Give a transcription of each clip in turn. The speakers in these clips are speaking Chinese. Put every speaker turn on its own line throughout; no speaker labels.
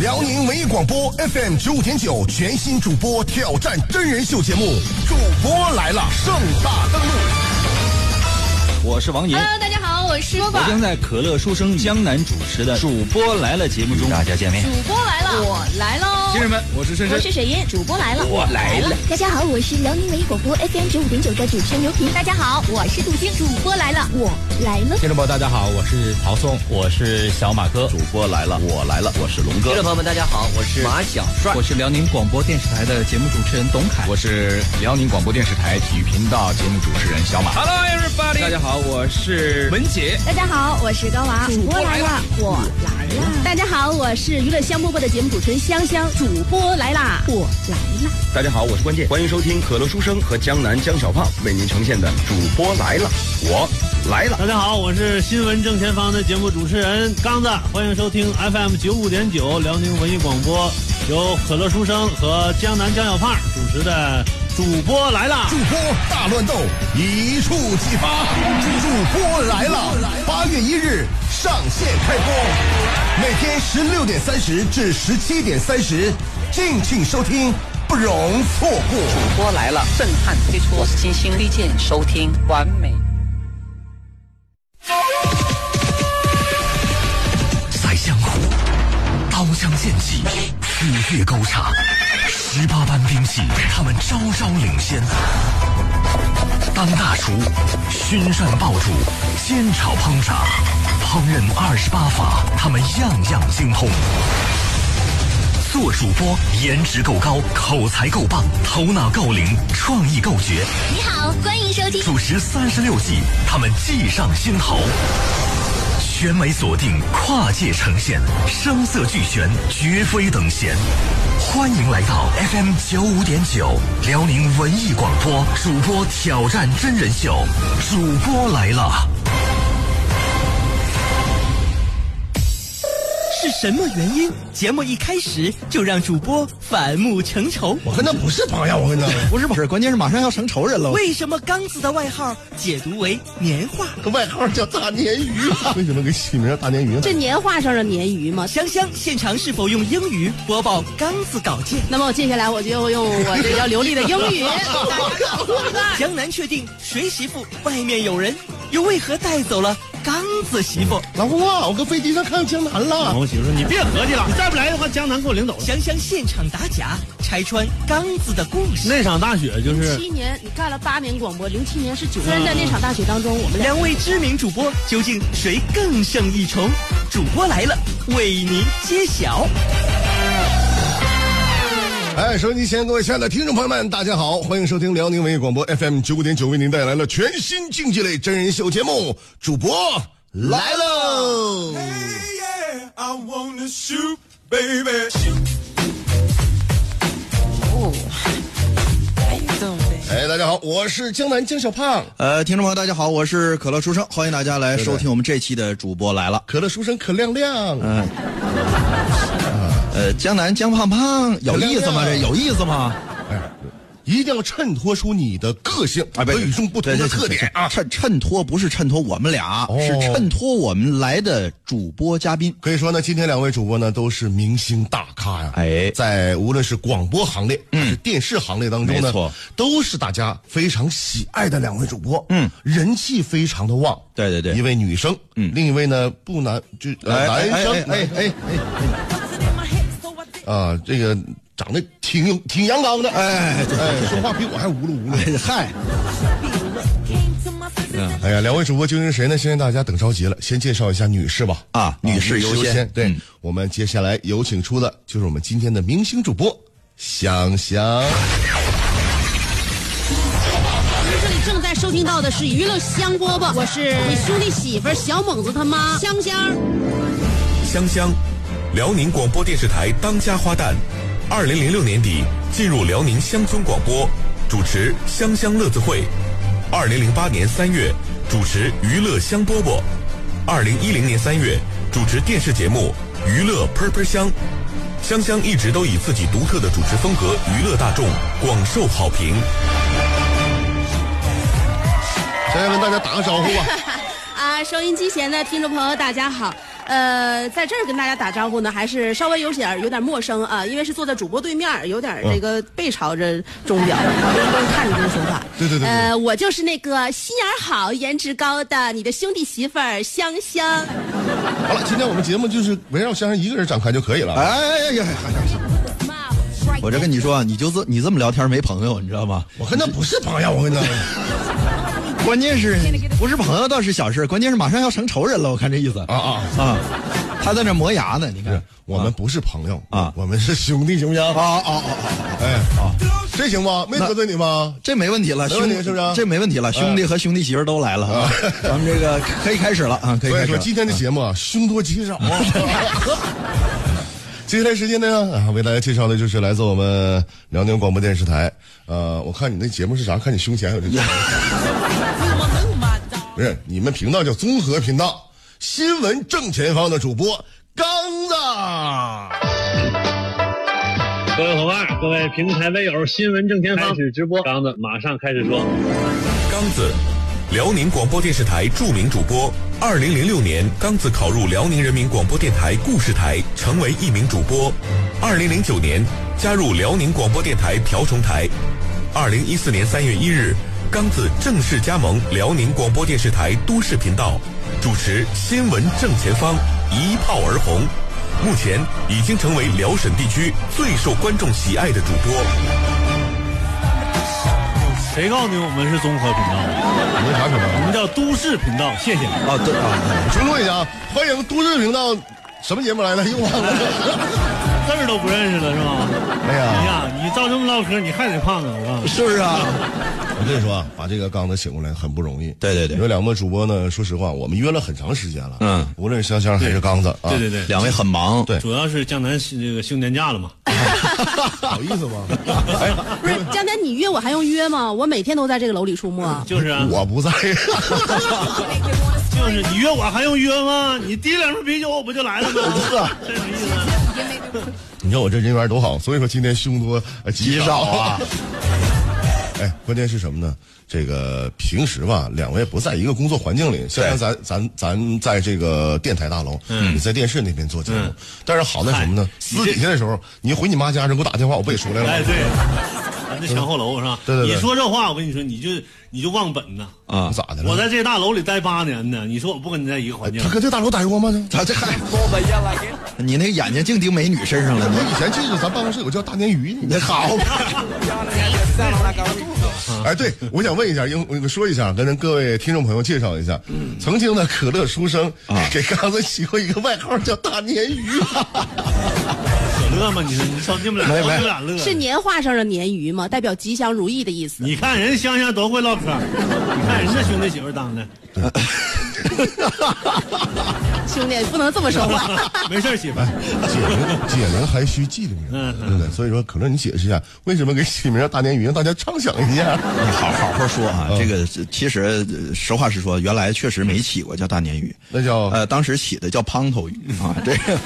辽宁文艺广播 FM 九五点九全新主播挑战真人秀节目，主播来了，盛大登陆。
我是王银，
Hello，大家好，我是
我将在可乐书生江南主持的《主播来了》节目中与大家见面。
主播来了，我来喽，
新人们，我是深
我
深，
是水银，主播来了，
我来了。
大家好，我是辽宁文艺广播 FM 九五点九的主持人刘平。
大家好，我是杜晶，主播来了，
我来了，
听众朋友，大家好，我是陶松，我是小马哥，主播来了，我来了，我是龙哥
听众朋友们，大家好，我是马小帅，
我是辽宁广播电视台的节目主持人董凯，我是辽宁广播电视台体育频道节目主持人小马。Hello everybody，大家好，我是文杰。
大家好，我是高娃，主播来了，我来了。大家好，我是娱乐香饽饽的节目主持人香香，主播来啦，我来啦。
大家好，我是关键，欢迎收听可乐书生和江南江小胖为您呈现的主播来了，我来了。
大家好，我是新闻正前方的节目主持人刚子，欢迎收听 FM 九五点九辽宁文艺广播，由可乐书生和江南江小胖主持的《主播来了》。
主播大乱斗一触即发，主播来了，八月一日上线开播，每天十六点三十至十七点三十，敬请收听，不容错过。
主播来了，震撼推出，我是金星，推荐收听完美。
宰相虎，刀枪剑戟，斧钺钩叉，十八般兵器，他们招招领先。当大厨，熏涮爆煮，煎炒烹炸，烹饪二十八法，他们样样精通。做主播，颜值够高，口才够棒，头脑够灵，创意够绝。
你好，欢迎收听
主持三十六季，他们计上心头。选美锁定跨界呈现，声色俱全，绝非等闲。欢迎来到 FM 九五点九辽宁文艺广播主播挑战真人秀，主播来了。
是什么原因？啊节目一开始就让主播反目成仇？
我跟他不是朋友，我跟他
不是不是，关键是马上要
成仇人了
为什么刚子的外号解读为年画？
外号叫大鲶鱼，为什么给起名叫大鲶鱼呢？
这年画上的鲶鱼吗？
香香现场是否用英语播报刚子稿件？
那么我接下来我就用我这比较流利的英 语。
江南确定谁媳妇外面有人，又为何带走了刚子媳妇？
老公啊，我搁飞机上看到江南了。
我媳妇说：“你别合计了，你再不来的话，江南给我领走了。
香香现场打假，拆穿刚子的故”事。
那场大雪就是
七年，你干了八年广播，零七年是九个人在那场大雪当中，我们俩
两位知名主播究竟谁更胜一筹？主播来了，为您揭晓。
哎，收音机前各位亲爱的听众朋友们，大家好，欢迎收听辽宁文艺广播 FM 九五点九，为您带来了全新竞技类真人秀节目，主播来喽！哎，大家好，我是江南江小胖，
呃，听众朋友，大家好，我是可乐书生，欢迎大家来收听我们这期的主播来了。
可乐书生可亮亮，啊
嗯呃，江南江胖胖有意思吗？
可亮
这
亮
有意思吗？
一定要衬托出你的个性
啊，
和与众不同的
对
特点啊！
衬衬托不是衬托我们俩，
哦
是衬托我们来的主播嘉宾。
可以说呢，今天两位主播呢都是明星大咖呀、
哎
在无论是广播行列，嗯，还是电视行列当中
没
呢
错，
都是大家非常喜爱的两位主播，嗯，人气非常的旺。
对对对
一位女生，嗯，另一位呢不男就、呃
哎
男生，
哎哎哎
啊，这个长得挺有挺阳刚的，哎哎，说话比我还无噜无噜。
哎，嗨，
哎呀，两位主播究竟是谁呢？相信大家等着急了，先介绍一下女士吧。
啊女士优先
对、
嗯
我们接下来有请出的就是我们今天的明星主播香香。
您这里正在收听到的是娱乐香饽饽，我是你兄弟媳妇儿小猛子他妈香香。
香香，辽宁广播电视台当家花旦。二零零六年底进入辽宁乡村广播，主持《香香乐子会》。二零零八年三月主持《娱乐香饽饽》。二零一零年三月主持电视节目《娱乐喷喷香》。香香一直都以自己独特的主持风格娱乐大众，广受好评。
先来跟大家打个招呼吧。
啊，收音机前的听众朋友，大家好。呃，在这儿跟大家打招呼呢，还是稍微有点儿有点陌生啊，因为是坐在主播对面儿，有点
嗯
儿这个背朝着钟表，看着这个说话。
对对对对
呃，我就是那个心眼儿好、颜值高的你的兄弟媳妇儿香香。
好了，今天我们节目就是围绕香香一个人展开就可以了。哎哎哎
我这跟你说啊，你就这你这么聊天没朋友，你知道吗？
我跟他不是朋友，我 跟他。
关键是不是朋友倒是小事，关键是马上要成仇人了，我看这意思。啊
啊
啊！他在那磨牙呢，你看。
哎我们不是朋友啊，我们是兄弟，行不行？啊啊啊啊！哎啊，这行吗？没得罪你吗？
这没问题了，
没
兄
问
弟
题是不是？哎
这没问题了，兄弟和兄弟媳妇都来了啊！ 咱们这个可以开始了啊，可以
所
开
以
始
说
了。
今天的节目啊，凶多吉 少啊。接下来时间呢，啊，为大家介绍的就是来自我们辽宁广播电视台。呃，我看你那节目是啥？看你胸前有这。不是，你们频道叫综合频道，新闻正前方的主播刚子。
各位伙伴、各位平台微友，新闻正前方开始直播，刚子马上开始说。
刚子，辽宁广播电视台著名主播。二零零六年，刚子考入辽宁人民广播电台故事台，成为一名主播。二零零九年，加入辽宁广播电台瓢虫台。二零一四年三月一日，刚子正式加盟辽宁广播电视台都市频道，主持《新闻正前方》，一炮而红。目前已经成为辽沈地区最受观众喜爱的主播。
谁告诉你我们是综合频道？我
们啥频道？
我们叫都市频道。谢谢啊，
对啊，
重录一下，啊！欢迎都市频道什么节目来了？又忘了。
字儿都不认识了是吗？
哎呀
哎呀，你照这么唠嗑，你还得胖啊！我告诉你，
是不是啊？
我跟你说啊，把这个刚子请过来很不容易。
对对对
有两位主播呢，说实话，我们约了很长时间了。
嗯，
无论是香香还是刚子啊，
对对对
两位很忙，
对
主要是江南是这个休年假了嘛。
好意思吗？
不是，江南，你约我还用约吗？我每天都在这个楼里出没。
就是啊，
我不 在，
就是你约我还用约吗？你提两瓶啤酒我不就来了吗？真是意思。
你看我这人缘多好，所以说今天凶多呃吉
极少啊。
哎，关键是什么呢？这个平时吧，两位不在一个工作环境里，像咱咱咱在这个电台大楼，你在电视那边做节目，但是好在什么呢？私底下的时候，你回你妈家时候给我打电话，我不也出来了吗？
哎，对，咱这前后楼是吧？
对对对
你说这话，我跟你说，你就你就忘本呐。
啊，
咋的了？哎
我在这大楼里待八年呢，你说我不跟你在一个环境
他，跟这大楼待过吗？
他这还你那个眼睛净盯美女身上了，
我
你
以前记得咱办公室有个叫大鲶鱼，你
你 好吧？
哎，对，我想问一下，因为我说一下，跟各位听众朋友介绍一下，曾经的可乐书生给刚才起过一个外号叫大鲶鱼，
可乐吗？你说你瞅你们俩，瞅你们俩乐。
嗯
是年画上的鲶鱼吗？代表吉祥如意的意思。
你看人香香多会唠嗑儿，你看人家兄弟媳妇儿当的，
嗯
兄弟，不能这么说话。
没事儿媳妇儿。
解铃哎解铃还须系铃人，对不对？所以说，可乐，你解释一下为什么给起名叫大鲶鱼，让大家畅想一下。
你好好好说
嗯
啊，这个是其实呃实话实说，原来确实没起过叫大鲶鱼，
那叫
呃，当时起的叫胖头鱼啊，这个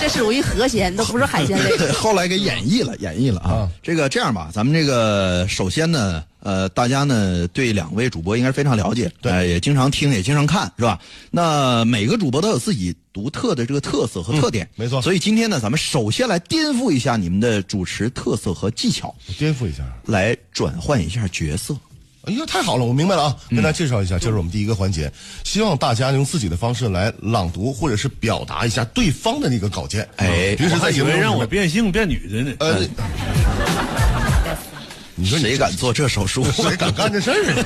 这属于河鲜，都不是海鲜 类。
对，后来给演绎
嗯
了，演绎了啊。这个这样吧，咱们这个首先呢，呃，大家呢对两位主播应该是非常了解，对、也经常听，也经常看，是吧？那每个主播都有自己独特的这个特色和特点，
嗯没错
所以今天呢，咱们首先来颠覆一下你们的主持特色和技巧，
颠覆一下。
来转换一下角色。
哎呀，太好了，我明白了啊！
嗯
跟大家介绍一下，这是我们第一个环节，希望大家用自己的方式来朗读或者是表达一下对方的那个稿件。
哎
平时在
以
节目
为
中
让我变性变女的呢。
呃，
嗯
你说你
谁敢做这手术？
谁敢干这事儿 啊？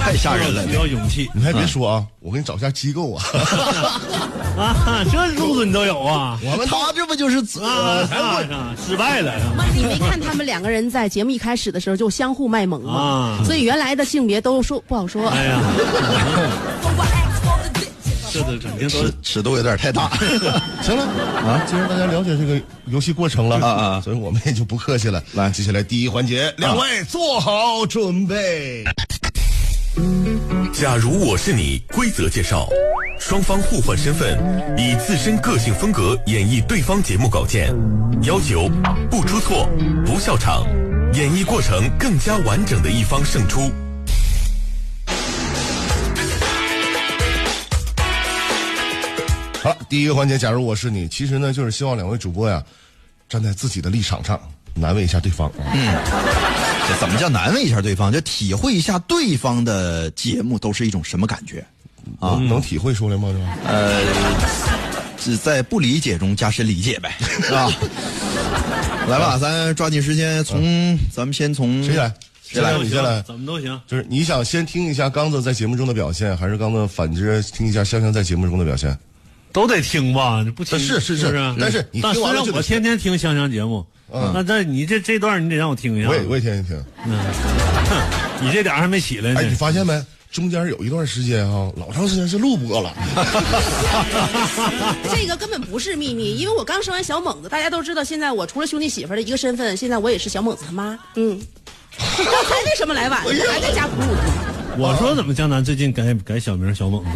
太吓人 了
需！要勇气
你还别说啊，我给你找一下机构 啊。
啊！这路子你都有啊？
我们
他这不就是自
呃
啊啊！失败了
你没看他们两个人在节目一开始的时候就相互卖萌吗？
啊
所以原来的性别都说不好说。
哎呀，这都整天
尺
都
尺度有点太 大。
行了啊，既然大家了解这个游戏过程了
啊啊
所以我们也就不客气了。
来
接下来第一环节，两位做好准备。
假如我是你，规则介绍：双方互换身份，以自身个性风格演绎对方节目稿件，要求不出错、不笑场，演绎过程更加完整的一方胜出。
好了，第一个环节，假如我是你，其实呢就是希望两位主播呀，站在自己的立场上难为一下对方。
嗯，这怎么叫难为一下对方？就体会一下对方的节目都是一种什么感觉啊？
能体会出来吗？是吧？
呃，只在不理解中加深理解呗，是吧？来吧，咱抓紧时间，从咱们先从
谁来？
嗯谁来？
你先来。
怎么都行。
就是你想先听一下刚子在节目中的表现，还是刚子反之听一下香香在节目中的表现？
都得听吧，你不听
呃是是
是啊
是
不是？
但是你
但
听
虽
完了
然
就得
我天天听香香节目，
嗯
那但你这这段你得让我听一下。
我也我也天天听。
嗯，你这点儿还没起来呢。
哎，你发现没？中间有一段时间啊，老长时间是录播 了。
这个根本不是秘密，因为我刚生完小猛子，大家都知道，现在我除了兄弟媳妇儿的一个身份，现在我也是小猛子他妈。 嗯，刚才为什么来晚？还在家哺乳呢，
我说怎么江南最近改改小名小猛子？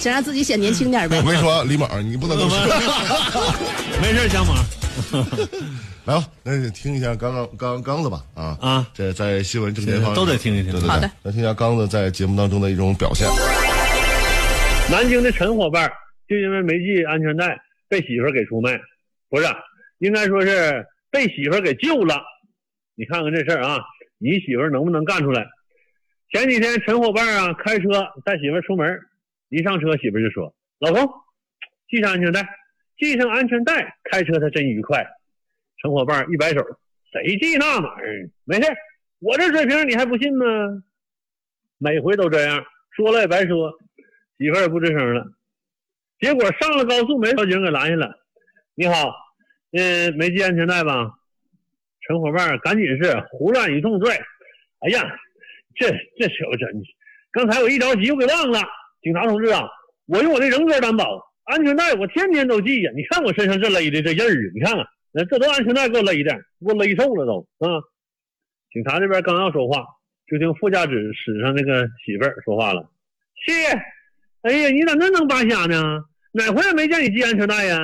想让自己显年轻点呗。
我跟你说，李猛，你不能这么说。
没事，小猛。
来吧，那听一下刚刚刚刚子吧，啊
啊，
这在新闻正前方
都得听一听
对对对
好的，
来听一下刚子在节目当中的一种表现。
南京的陈伙伴儿就因为没系安全带被媳妇儿给出卖，不是，应该说是被媳妇儿给救了。你看看这事儿啊，你媳妇儿能不能干出来？前几天陈伙伴儿啊开车带媳妇儿出门儿，一上车媳妇儿就说：“老公，系上安全带，系上安全带，开车才真愉快。”陈伙伴儿一摆手：“谁系那玩意儿？没事儿，我这水平你还不信吗？每回都这样，说了也白说。”媳妇儿也不吱声了。结果上了高速，没交警给拦下了。你好，嗯，没系安全带吧？陈伙伴儿赶紧是胡乱一通拽。哎呀，这这小子，你刚才我一着急，我给忘了。警察同志啊，我用我的人格担保，安全带我天天都系呀。你看我身上这勒的这印儿啊，你看看，那这都安全带给我勒的，给我勒瘦了都啊。警察这边刚要说话，就听副驾驶驶上那个媳妇儿说话了：“谢谢。”哎呀，你咋那能扒瞎呢？哪回也没见你系安全带呀？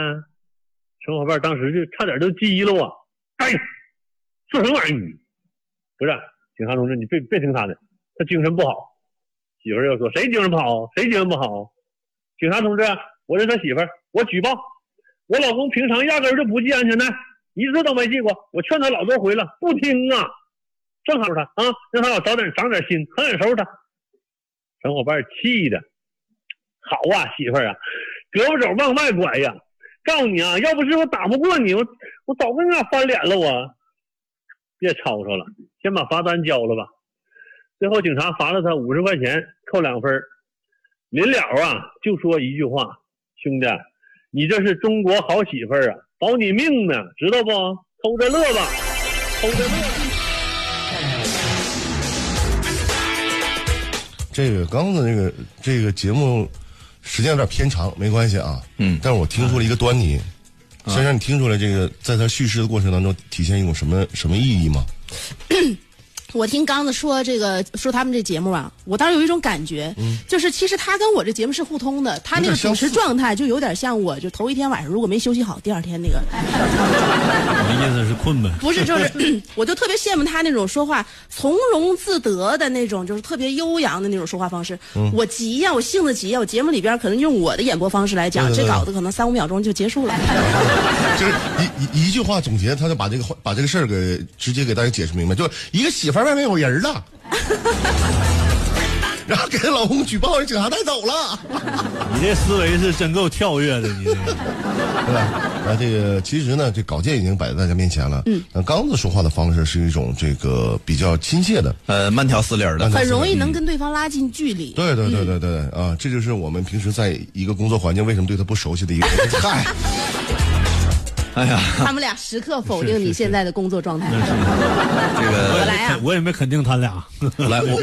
陈伙伴当时就差点都急了我，哎呀，说什么玩意儿你？不是，警察同志，你别别听他的，他精神不好。媳妇儿又说谁精神不好？谁精神不好？警察同志，啊我是他媳妇儿，我举报，我老公平常压根儿就不系安全带，一次都没系过。我劝他老多回了，不听啊。正好他啊，让他老早点长点心，狠狠收拾他。陈伙伴气的。好啊，媳妇儿啊，胳膊肘往外拐呀！告诉你啊，要不是我打不过你，我我早跟你俩翻脸了我。别吵吵了，先把罚单交了吧。最后警察罚了他五十块钱，扣两分儿临了啊，就说一句话：“兄弟，你这是中国好媳妇儿啊，保你命呢，知道不？偷着乐吧，偷着乐。”
这个刚子这个这个节目时间有点偏长，没关系啊。嗯，但是我听出了一个端倪。
嗯
先让你听出来这个，在他叙事的过程当中，体现一种什么什么意义吗？
我听刚子说这个说他们这节目啊，我当时有一种感觉，就是其实他跟我这节目是互通的，他那个主持状态就有点像我，就头一天晚上如果没休息好，第二天那个
你的意思是困呗？
不是，就是 我就特别羡慕他那种说话从容自得的那种，就是特别悠扬的那种说话方式。
嗯
我急呀，我性子急呀，我节目里边可能用我的演播方式来讲，
对对对
这稿子可能三五秒钟就结束了。
就是一一一句话总结，他就把这个话把这个事儿给直接给大家解释明白，就一个媳妇儿外面有人了，然后给她老公举报，让警察带走了。
你这思维是真够跳跃的，你这个。
对吧？那这个其实呢，这稿件已经摆在大家面前了。嗯，那刚子说话的方式是一种这个比较亲切的，
呃，慢条斯理儿
的
很容易能
嗯
跟对方拉近距离。
对对对对对对啊，这就是我们平时在一个工作环境为什么对他不熟悉的一个原因。嗨，
哎呀，
他们俩时刻否定你现在的工作状态。
这个
我来啊
我也没肯定他俩。
来， 我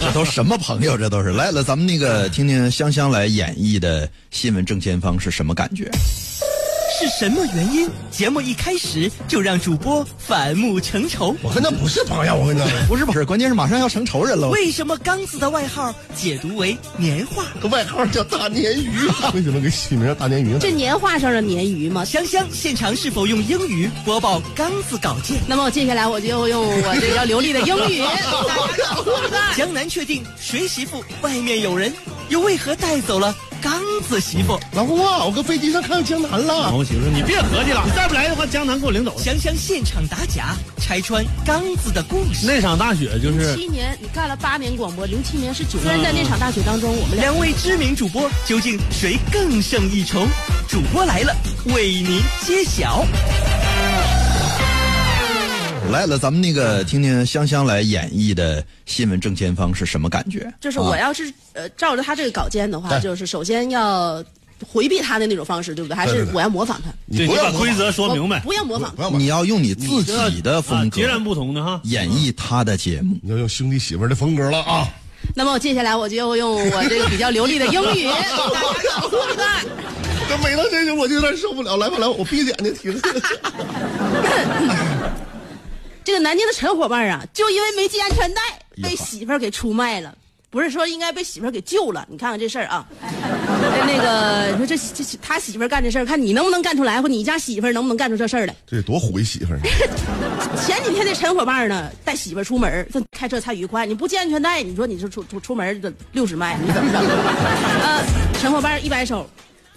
这都什么朋友？这都是来了，咱们那个听听香香来演绎的新闻正前方是什么感觉？
是什么原因？节目一开始就让主播反目成仇？
我跟他不是朋友，我跟他
不是不是，关键是马上要成仇人了。
为什么刚子的外号解读为年画？
外号叫大鲶鱼。啊 为什么给起名叫大鲶鱼呢？
这年画上的鲶鱼吗？
香香现场是否用英语播报刚子稿件？
那么我接下来我就用我这要流利的英 语。
江南确定谁媳妇外面有人，又为何带走了刚子媳妇。
老公啊，我搁飞机上看江南了。
我媳妇说你别合计了，再不来的话，江南给我领走了。
香香现场打假，拆穿刚子的故事。
那场大雪就
零
是
七年你干了八年广播，零七年是九个人在那场大雪当中，我们
两位知名主播究竟谁更胜一筹？主播来了，为您揭晓。
来了，咱们那个听听香香来演绎的新闻正前方是什么感觉？啊
就是我要是、呃照着他这个稿件的话，
对
就是首先要回避他的那种方式，对不对？还
对
是
对对
我要模仿他？
你不要模仿
我不要模仿他。
你要用你啊自己的风格，
截然不同的哈，
演绎他的节目，
要用兄弟媳妇儿的风格了啊！
那么我接下来我就用我这个比较流利的英语 给大家搞混乱。
这每到这时候我就有点受不了，来吧来吧，我闭着眼睛听。
这个南京的陈伙伴啊，就因为没系安全带，被媳妇儿给出卖了。不是说应该被媳妇儿给救了，你看看这事儿啊，哎那个你说这这这他媳妇儿干这事儿，看你能不能干出来，或你家媳妇儿能不能干出这事儿来。
这得多虎一媳妇儿！
前几天这陈伙伴呢，带媳妇儿出门儿，这开车才愉快。你不系安全带，你说你是出出出门儿这六十迈，你怎么整？ 呃，陈伙伴一摆手，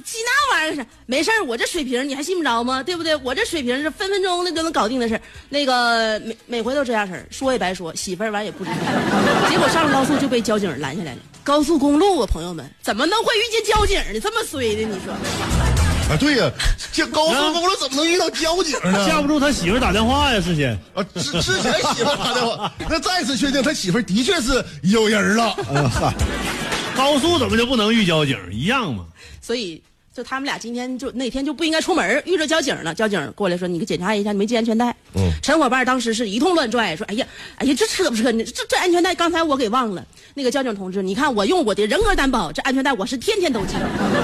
系那玩意儿是没事儿，我这水平你还信不着吗？对不对？我这水平是分分钟的就能搞定的事儿。那个每每回都这样式儿，说也白说，媳妇儿完也不知道。 结果上了高速就被交警拦下来了。高速公路啊，朋友们，怎么能会遇见交警呢？这么衰的，你说？
啊，对呀、这高速公路怎么能遇到交警呢？
架不住他媳妇儿打电话呀，之前
啊，之之前媳妇儿打电话，那再次确定他媳妇儿的确是有人 了。
高速怎么就不能遇交警一样嘛？
所以就他们俩今天就那天就不应该出门儿，遇着交警了。交警过来说：“你给检查一下，你没系安全带。”
嗯
陈伙伴当时是一通乱拽，说：“哎呀，哎呀，这扯不扯？你这这安全带刚才我给忘了。那个交警同志，你看我用我的人格担保，这安全带我是天天都系，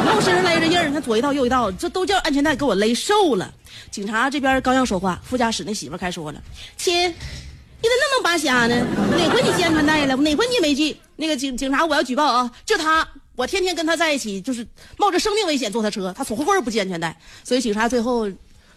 弄身上勒着印儿，他左一道右一道，这都叫安全带给我勒瘦了。”警察这边刚要说话，副驾驶那媳妇儿开说了：“亲，你咋那么扒瞎呢？哪回你系安全带了？哪回你也没系？那个警警察，我要举报啊！就他，我天天跟他在一起，就是冒着生命危险坐他车，他从会儿不系安全带，所以警察最后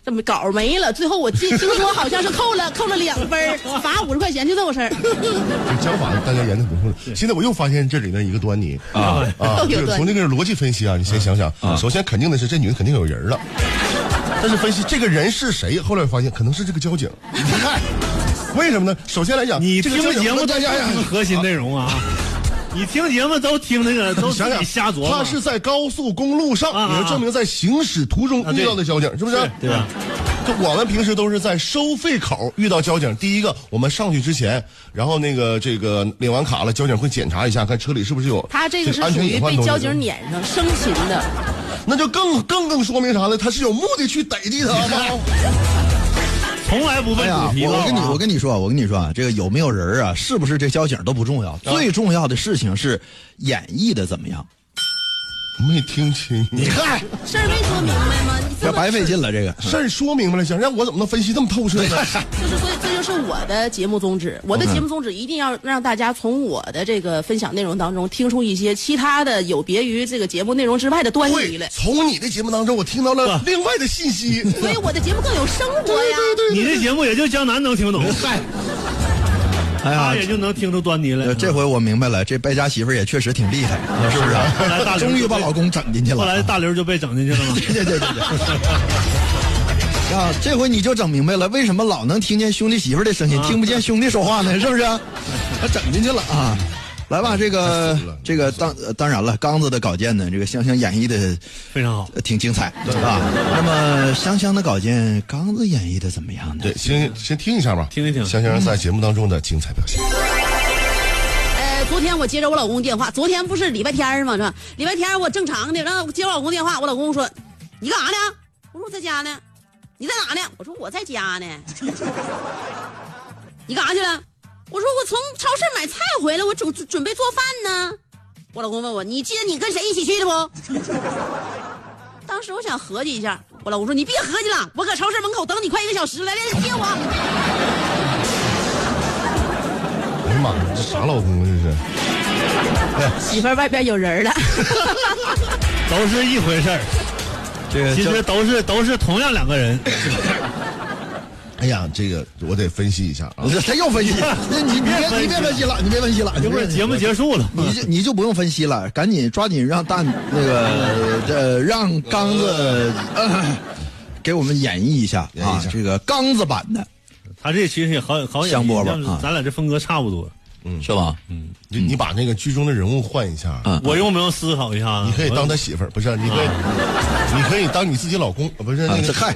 这么稿没了。最后我记听说好像是扣了扣了两分儿，罚五十块钱，就这么事儿。
这相反，大家研究不通。现在我又发现这里面一个端倪
啊
啊！
都有
就是
端
从
倪
这个逻辑分析啊，你先想想，首先肯定的是这女的肯定有人了，但是分析这个人是谁，后来发现可能是这个交警。你看，为什么呢？首先来讲，你
听节目都
大
是
家哎呀
这个核心内容啊，你听节目都听那个都
你
自
想想
己瞎琢磨。
他是在高速公路上，
啊啊
你说证明在行驶途中
啊对
遇到的交警，是不是
是？对啊
就我们平时都是在收费口遇到交警，第一个我们上去之前，然后那个这个领完卡了，交警会检查一下，看车里是不是有
他这个是
安
属
全
于
隐患
被
东西
交警撵上生擒的，
那就更更更说明啥了？他是有目的去逮地他吗？
从来不
哎呀，我我跟你我跟你说啊，我跟你说啊，这个有没有人啊，是不是这交警都不重要，最重要的事情是演绎的怎么样。
没听清，啊你看
事儿没说明白吗？你
这
这么
白费劲了，这个
事儿说明白了，想让我怎么能分析这么透彻呢？
就是，所以这就是我的节目宗旨。我的节目宗旨一定要让大家从我的这个分享内容当中听出一些其他的有别于这个节目内容之外的端倪来。
从你的节目当中，我听到了另外的 信息，
所以我的节目更有生活呀。
你这节目也就江南能听懂，
哎呀
他也就能听出端倪来
呃。这回我明白了，这败家媳妇儿也确实挺厉害，是不是啊
后来大？刘
终于把老公整进去了。啊
后来大刘就被整进去了 吗？
对对对对。啊，这回你就整明白了，为什么老能听见兄弟媳妇儿的声音，
啊
听不见兄弟说话呢？是不是？啊他整进去了啊！来吧，这个这个当呃当然了，刚子的稿件呢，这个香香演绎的
非常好，
挺精彩，对吧？那么香香的稿件，刚子演绎的怎么样呢？
对，先先听一下吧，听一嗯听香香在节目当中的精彩表现。
呃，昨天我接着我老公电话，昨天不是礼拜天儿吗？是吧？礼拜天儿我正常的，然后接我老公电话，我老公说：“你干啥呢？”我说：“我在家呢。”你在哪呢？我说：“我在家呢。” 你干啥去了？我说：“我从超市买菜回来，我准准准备做饭呢。”我老公问我：“你记得你跟谁一起去的不？” 当时我想合计一下，我老公说：“你别合计了，我搁超市门口等你快一个小时了，来来接我。”
哎呀妈，呀，这啥老公啊，这是？
媳妇儿外边有人了。
都是一回事儿。
这个
其
交
实都是都是同样两个人。
哎呀，这个我得分析一下啊！
这又分析，那你别你别分析了，你别分析了，
一会儿节目结束了，
你就你就不用分析了，赶紧抓紧让蛋那个呃让刚子、呃给我们演绎一下
演
啊
绎一下，
这个刚子版的
他这其实也好好演
香饽饽
这样
啊
咱俩这风格差不多。
嗯，
是吧？
嗯，就你把那个剧中的人物换一下，
我用不用思考一下？
你可以当他媳妇儿，不是？你可以， 你可以当你自己老公，呃不是那个
啊这嗨，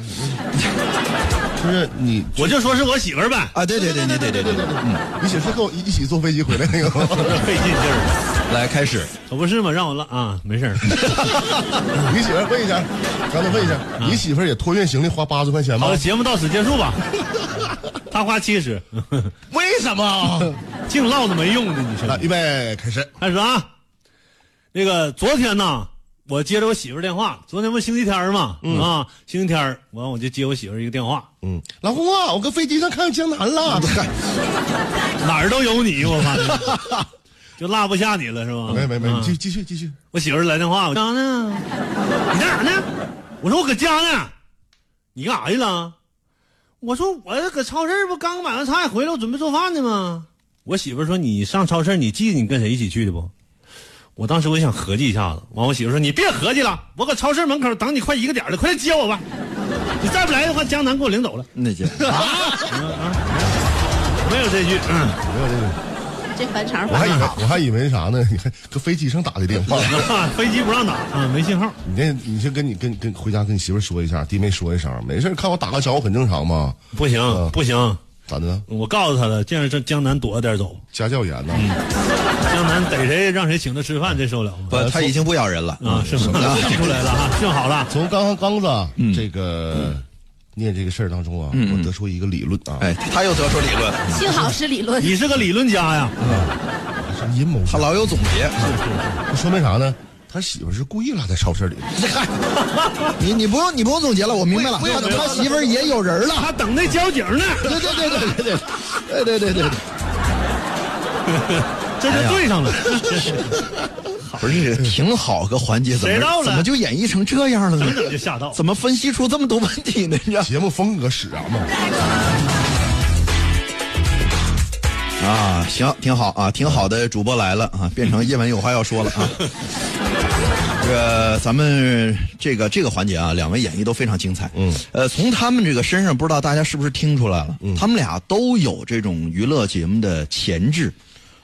不是你，
我就说是我媳妇儿呗。
啊，对对对对对对对对，嗯，
你媳妇儿跟我一一起坐飞机回来那个 吗，
费劲劲儿，
来开始，
可不是嘛，让我拉啊，没事儿。
你媳妇儿问一下，刚才问一下，你媳妇儿也托运行李花八十块钱吗
好，？节目到此结束吧。他花七十，
为什么？啊
净唠着没用的，你说？
预备开始，
开始啊！那个昨天呐，我接着我媳妇儿电话，昨天不星期天儿嘛，啊，星期天儿完我就接我媳妇儿一个电话，
嗯，老公啊，我搁飞机上看江南了，
哪儿都有你，我 发现就落不下你了，是吧？
没没没，
啊
你继继续继续，
我媳妇儿来电话，我说呢？你在哪呢？我说我搁家呢。你干啥去了？我说我搁超市不刚买完菜回来，我准备做饭呢吗？我媳妇儿说你上超市，你记得你跟谁一起去的不？我当时我想合计一下子，完我媳妇儿说你别合计了，我搁超市门口等你快一个点儿了，快来接我吧。你再不来的话，江南给我领走了。啊
那姐，
没有这句，嗯，
没有这个，
这返场
我还
返
以
的
为
好。
我还以为啥呢？你还搁飞机上打的电话。
飞机不让打啊，没信号。
你这，你先跟你跟跟回家跟你媳妇儿说一下，弟妹说一声，没事儿，看我打个招呼很正常嘛。
不行、不行，
咋的呢？
我告诉他了，这样这江南躲着点走。
家教严呐。
江南逮谁让谁请他吃饭，这受不了吗？
不，他已经不咬人了嗯
啊，是吗？看出来了哈，幸好了。
从刚刚刚子啊这个念这个事儿当中啊，我得出一个理论啊，
哎，他又得出理论，
幸好是理论，
你是个理论家呀，
是阴谋论。
他老有总结，
那说明啥呢？他媳妇儿是故意拉在超市里的。
你你不用你不用总结了，我明白了，他他媳妇儿也有人了，
他等那交警呢，
对对对对对对对对对对，
这就对上了。
不是挺好个环节，怎
谁到
么
了
怎么就演绎成这样了
整
呢？
整就吓到了。
怎么分析出这么多问题呢？你知道
节目风格使然嘛？
啊，行，挺好啊，挺好的，主播来了啊，变成叶文有话要说了 啊。这个咱们这个这个环节啊，两位演绎都非常精彩。嗯，呃，从他们这个身上，不知道大家是不是听出来了，他们俩都有这种娱乐节目的潜质。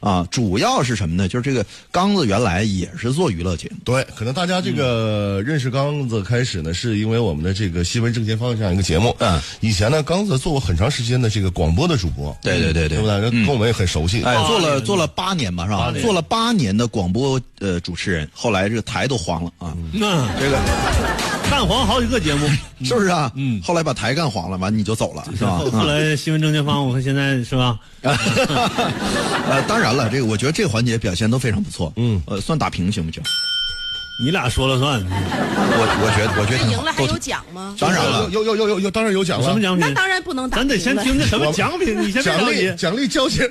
啊，主要是什么呢？就是这个刚子原来也是做娱乐节目，
对，可能大家这个认识刚子开始呢，是因为我们的这个新闻正前方这样一个节目。
嗯，
以前呢，刚子做过很长时间的这个广播的主播。
对对对对
对不对？跟我们也很熟悉。
哎，做
八
了
年
做了八年吧，是吧？做了八年的广播呃主持人，后来这个台都黄了啊，
那
这个
干黄好几个节目，
是不是啊？嗯，后来把台干黄了，完你就走了，是吧？
后
嗯
后来新闻正前方，我看现在是吧？
呃，当然了，这个我觉得这环节表现都非常不错。嗯，呃，算打平行不行？
你俩说了算，
我我觉得我觉得
这
挺
赢
好
了还
都
有
挺
奖吗？
当然了，
有有有有有，当然有奖了。
什么奖
嗯
那
品？
当然不能打
咱
平了。
得先听听什么奖品，你先别
奖
着
励
急。
奖励交警，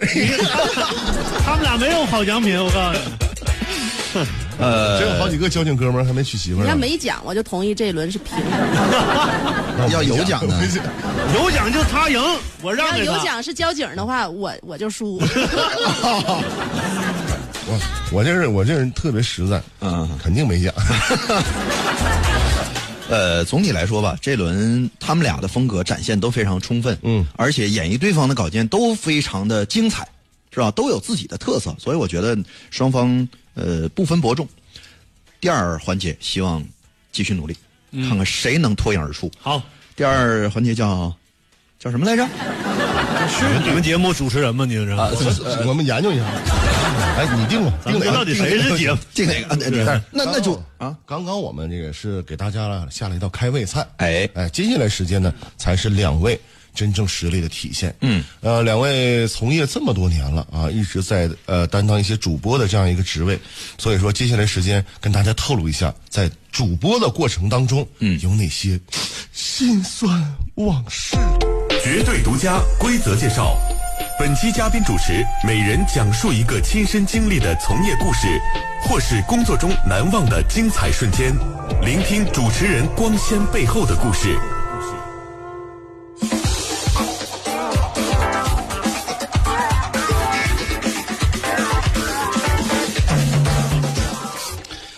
他们俩没有好奖品，我告诉你。
真有好几个交警哥们儿还没娶媳妇
你
儿
要
呢。
没奖，我就同意这一轮是平的。
要有奖呢。
有奖就他赢，我让
要
给
有
他。
奖是交警的话，我我就输。
我我这人我这人特别实在，
嗯，
肯定没奖。
呃，总体来说吧，这轮他们俩的风格展现都非常充分，嗯，而且演绎对方的稿件都非常的精彩，是吧？都有自己的特色，所以我觉得双方呃不分伯仲。第二环节，希望继续努力，看看谁能脱颖而出。
嗯好，
第二环节叫叫什么来着？
是你们节目主持人吗？你是？
啊
我们研究一下。哎，你定吧，
咱
定哪
们
个
这到底谁是嗯节目？
这哪个？那
但
那
是
那那就
啊，刚刚我们这个是给大家下了一道开胃菜，
哎
哎，接下来时间呢才是两位真正实力的体现。嗯，呃，两位从业这么多年了啊，一直在呃担当一些主播的这样一个职位，所以说接下来时间跟大家透露一下，在主播的过程当中，嗯，有哪些心酸往事？
绝对独家规则介绍。本期嘉宾主持每人讲述一个亲身经历的从业故事，或是工作中难忘的精彩瞬间，聆听主持人光鲜背后的故事。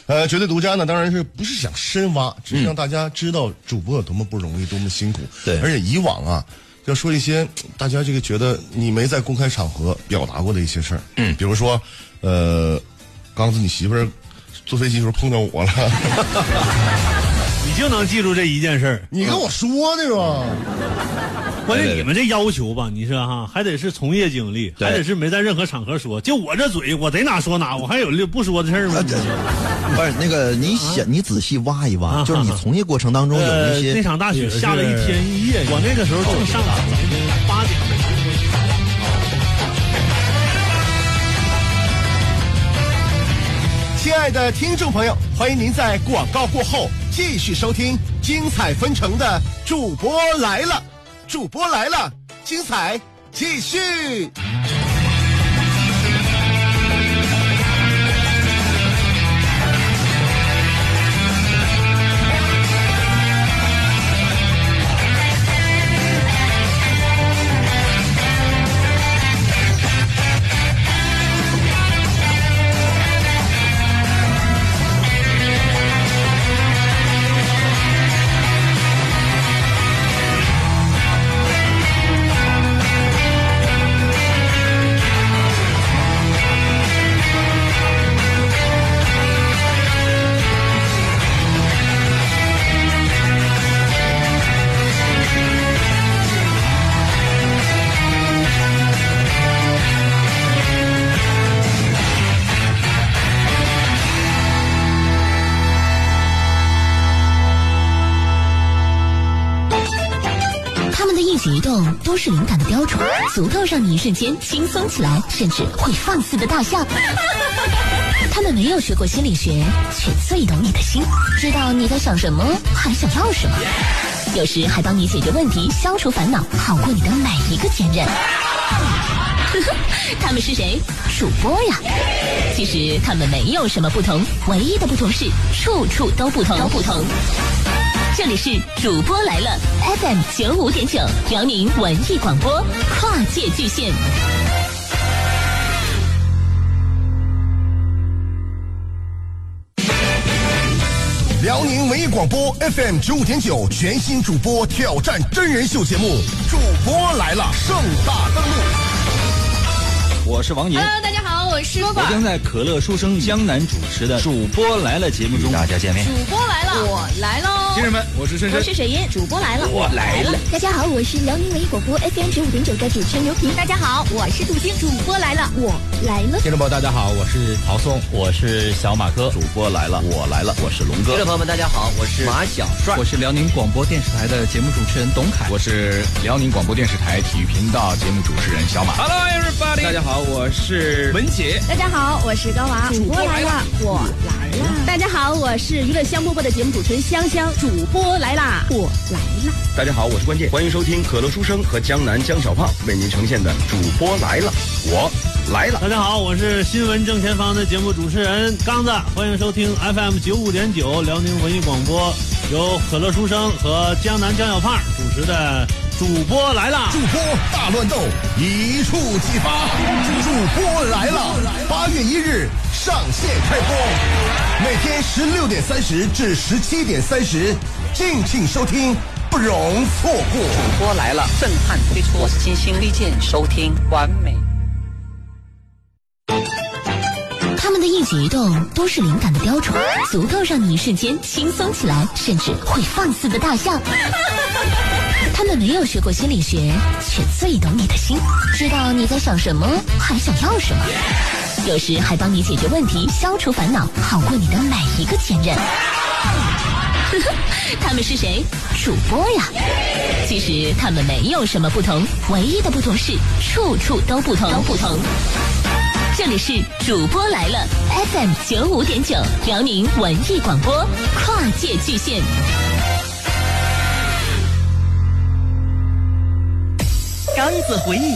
呃，绝对独家呢，当然是不是想深挖，只是让大家知道主播有多么不容易，多么辛苦。
对
而且以往啊，要说一些大家这个觉得你没在公开场合表达过的一些事儿，嗯，比如说，呃，刚子你媳妇儿坐飞机的时候碰到我了，
你就能记住这一件事儿。
你跟我说的吧？
关键你们这要求吧，你说哈，还得是从业经历，还得是没在任何场合说。就我这嘴，我得哪说哪，我还有六不说的事儿吗？
啊不是那个，你想你仔细挖一挖，就是你从业过程当中有
啊呃
一些
那场大雪下了一天一夜，我那个时候正上早八点。
亲爱的听众朋友，欢迎您在广告过后继续收听精彩纷呈的《主播来了》，主播来了，精彩继续。
他们的一举一动都是灵感的标准，足够让你一瞬间轻松起来，甚至会放肆的大笑。 他们没有学过心理学，却最懂你的心，知道你在想什么，还想要什么，有时还帮你解决问题，消除烦恼，好过你的每一个前任。 他们是谁？主播呀。其实他们没有什么不同，唯一的不同是处处都不同。都不同。这里是主播来了 FM 九五点九，辽宁文艺广播，跨界巨献。
辽宁文艺广播 FM 九五点九全新主播挑战真人秀节目《主播来了》盛大登陆。
我是王银。
哎
Hello，大家好，我是波
我将在可乐书生江南主持的《主播来了》节目中与大家见面
主播来了，我来喽。
新人们，我是深深，
我是水银，
主播来
了
我来了。
大家好，我是辽宁文艺广播 FM 九五点九的主持人刘平。
大家好，我是杜晶，主播来了，我来了。
听众朋友，大家好，我是陶松，我是小马哥，主播来了，我来了，我是龙
听众朋
友们，大家好，我是马小帅，
我是辽宁广播电视台的节目主持人董凯，我是辽宁广播电视台体育频道节目主持人小马。Hello everybody，大家好，我是文杰。
大家好，我是高娃，主播来了，我来了。大家好，我是娱乐香饽饽的节目主持人香香，主播来啦，我来啦。
大家好，我是关键，欢迎收听可乐书生和江南江小胖为您呈现的主播来了，我来了。
大家好，哦我是新闻正前方的节目主持人刚子，欢迎收听 FM 九五点九辽宁文艺广播，由可乐书生和江南江小胖主持的《主播来了》。
主播大乱斗一触即发，主播来了！八月一日上线开播，每天十六点三十至十七点三十，敬请收听，不容错过。主
播来了，震撼推出，我是金星利剑，收听完美。
他们的一举一动都是灵感的标准，足够让你一瞬间轻松起来，甚至会放肆的大笑。他们没有学过心理学，却最懂你的心，知道你在想什么，还想要什么，有时还帮你解决问题，消除烦恼，好过你的每一个前任。 他们是谁？主播呀。其实他们没有什么不同，唯一的不同是处处都不同。都不同。这里是主播来了 FM 九五点九，辽宁文艺广播，跨界巨献。
刚子回忆与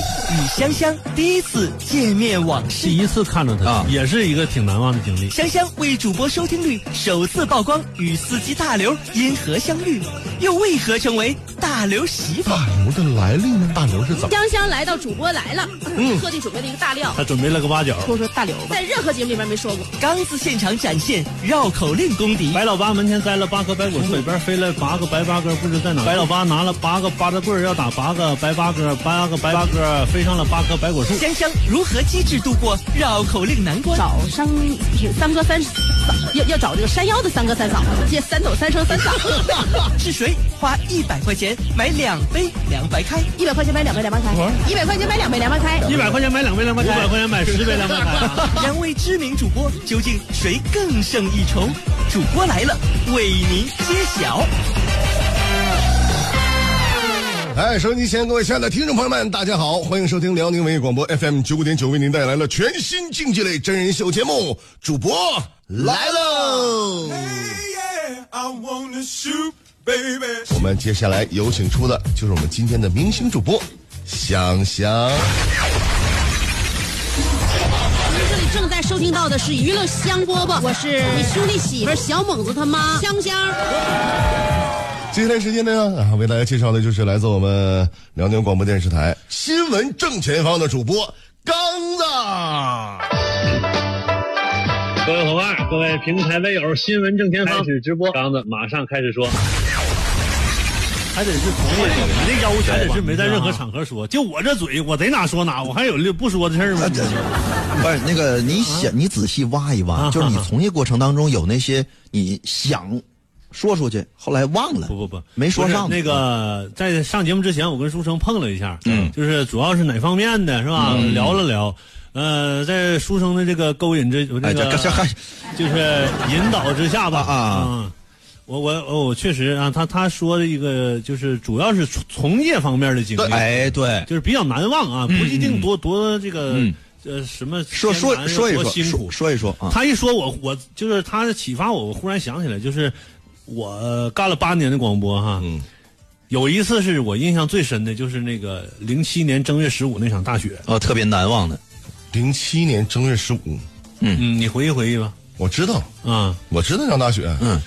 香香第一次见面往事。
第一次看到他，也是一个挺难忘的经历。
香香为主播收听率首次曝光，与司机大刘因何相遇？又为何成为大刘媳妇。
大刘的来历呢？大刘是怎么？
香香来到主播来了，
嗯
特地准备了一个大料，
准备了个八角
说说大刘吧，
在任何节目里面没说过。
刚子现场展现绕口令功底。
白老八门前栽了八棵白果树，北边飞了八个白八哥，不知在哪。白老八拿了八个八大棍儿，要打八个白八哥，八个白八哥飞上了八棵白果树。
香香如何机智度过绕口令难关？
找三三哥三嫂，要要找这个山腰的三哥三嫂，借三斗三生三 嫂。
是谁花一百块钱买两杯凉白开？
一百块钱买两杯凉白开，一百块钱买两杯凉白开，
一百块钱买两杯凉白开，五百块钱买十杯凉白开。
两位知名主播究竟谁更胜一筹？主播来了，为您揭晓。
哎，收音机前各位亲爱的听众朋友们，大家好，欢迎收听辽宁文艺广播 FM 九五点九，为您带来了全新竞技类真人秀节目，主播来喽！我们接下来有请出的就是我们今天的明星主播香香。
您这里正在收听到的是娱乐香饽饽，我是你兄弟媳妇儿小猛子他妈香香。
接下来时间呢，啊，为大家介绍的就是来自我们辽宁广播电视台新闻正前方的主播刚子。
各位伙伴，各位平台微友，新闻正前方开始直播，刚子马上开始说。还得是从业者，你这要求还得是没在任何场合说，就我这嘴，我得哪说哪，我还有不说的事儿吗？
不是那个，
啊
你想你仔细挖一挖，就是你从业过程当中有那些你想说出去，后来忘了，不
不不，
没说上
不是那个在上节目之前，我跟书生碰了一下，
嗯
就是主要是哪方面的，是吧？
嗯
聊了聊，呃，在书生的这个勾引之，这个、
哎这这还
就是引导之下吧，
啊啊
嗯我我哦我确实啊，他他说的一个就是主要是从从业方面的经历，
哎对，
就是比较难忘啊，不一定多多这个、
嗯
呃什么
说
艰
说
难
说一
多
说，
辛苦
说说一说啊，
他一说我，我就是他启发我，我忽然想起来，就是我干了八年的广播哈，有一次是我印象最深的，就是那个零七年正月十五那场大雪，
哦特别难忘的，
零七年正月十五，
嗯
嗯，你回忆回忆吧，
我知道，
嗯，
我知道那场大雪，啊
嗯，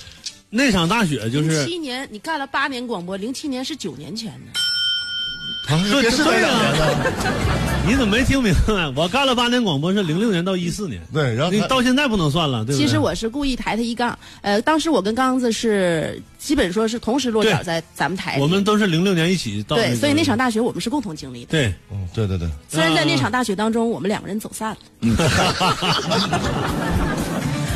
那场大雪就
零
是
七年你干了八年广播，零七年是九年前的，
说
别是那
对
两年
啊，你怎么没听明白？我干了八年广播是零六年到一四年，
对，然后
你到现在不能算了，对不对？
其实我是故意抬他一杠。呃，当时我跟刚子是基本说是同时落脚
对
在咱们台里，
我们都是零六年一起到、
对，所以那场大学我们是共同经历的。
对，
嗯，对对对，
虽然在那场大学当中，我们两个人走散了。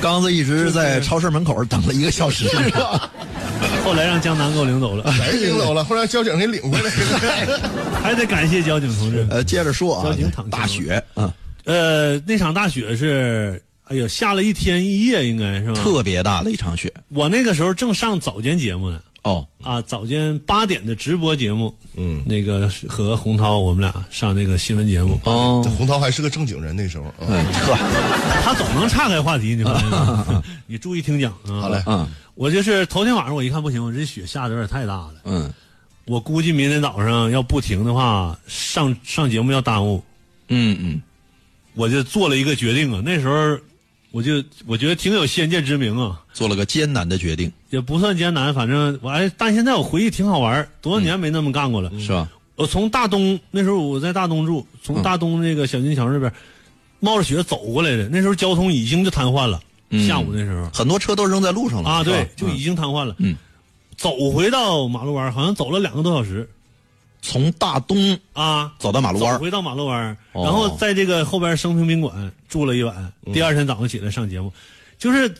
刚子一直在超市门口等了一个小时，
啊
啊
后来让江南给我领走了，
谁领走了？后来交警给领回来 了。
还得感谢交警同志。
呃，接着说啊
交警躺，
大雪啊，
呃，那场大雪是，哎呦，下了一天一夜，应该是吧？
特别大的一场雪
我那个时候正上早间节目呢，
哦，
啊，早间八点的直播节目，
嗯，
那个是和洪涛我们俩上那个新闻节目，
哦
这，洪涛还是个正经人那时候啊。
嗯，呵，
他总能岔开话题，你发现吗？你注意听讲啊。
嗯好嘞，
嗯
我就是头天晚上我一看不行，我这雪下的有点太大了，
嗯
我估计明天早上要不停的话，上上节目要耽误，
嗯嗯，
我就做了一个决定啊。那时候我就我觉得挺有先见之明啊。
做了个艰难的决定，
也不算艰难，反正我哎，但现在我回忆挺好玩儿多少年没那么干过了。
嗯是吧？嗯
我从大东那时候我在大东住，从大东那个小金桥那边、冒着雪走过来的，那时候交通已经就瘫痪了，
嗯
下午那时候
很多车都扔在路上了
啊，
是吧
对，就已经瘫痪了。
嗯，
走回到马路湾儿，好像走了两个多小时
从大东
啊，
走到马路湾
走回到马路湾儿，
哦嗯
然后在这个后边升平宾馆住了一晚，第二天早上起来上节目，就是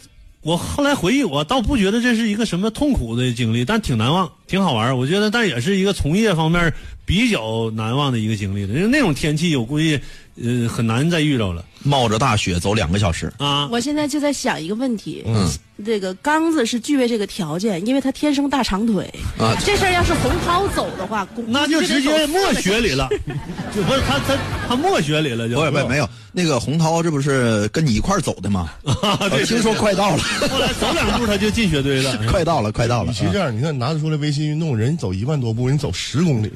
我后来回忆，我倒不觉得这是一个什么痛苦的经历，但挺难忘，挺好玩儿我觉得，但也是一个从业方面比较难忘的一个经历了，因为那种天气，我估计呃很难再遇着了
冒着大雪走两个小时，
啊。
我现在就在想一个问题，
嗯
这个刚子是具备这个条件，因为他天生大长腿。
啊
这事儿要是洪涛走的话，估
那就直接没雪里。了
估计得走四个小时，
就不是他他他没雪里了就，
不是不是没有，那个洪涛这不是跟你一块儿走的吗？
啊，对
我听说快到了，
后来走两步他就进雪堆了，
快到了，快到了
与。其这样，你看拿得出来微信运动，人走一万多步，人走十公里，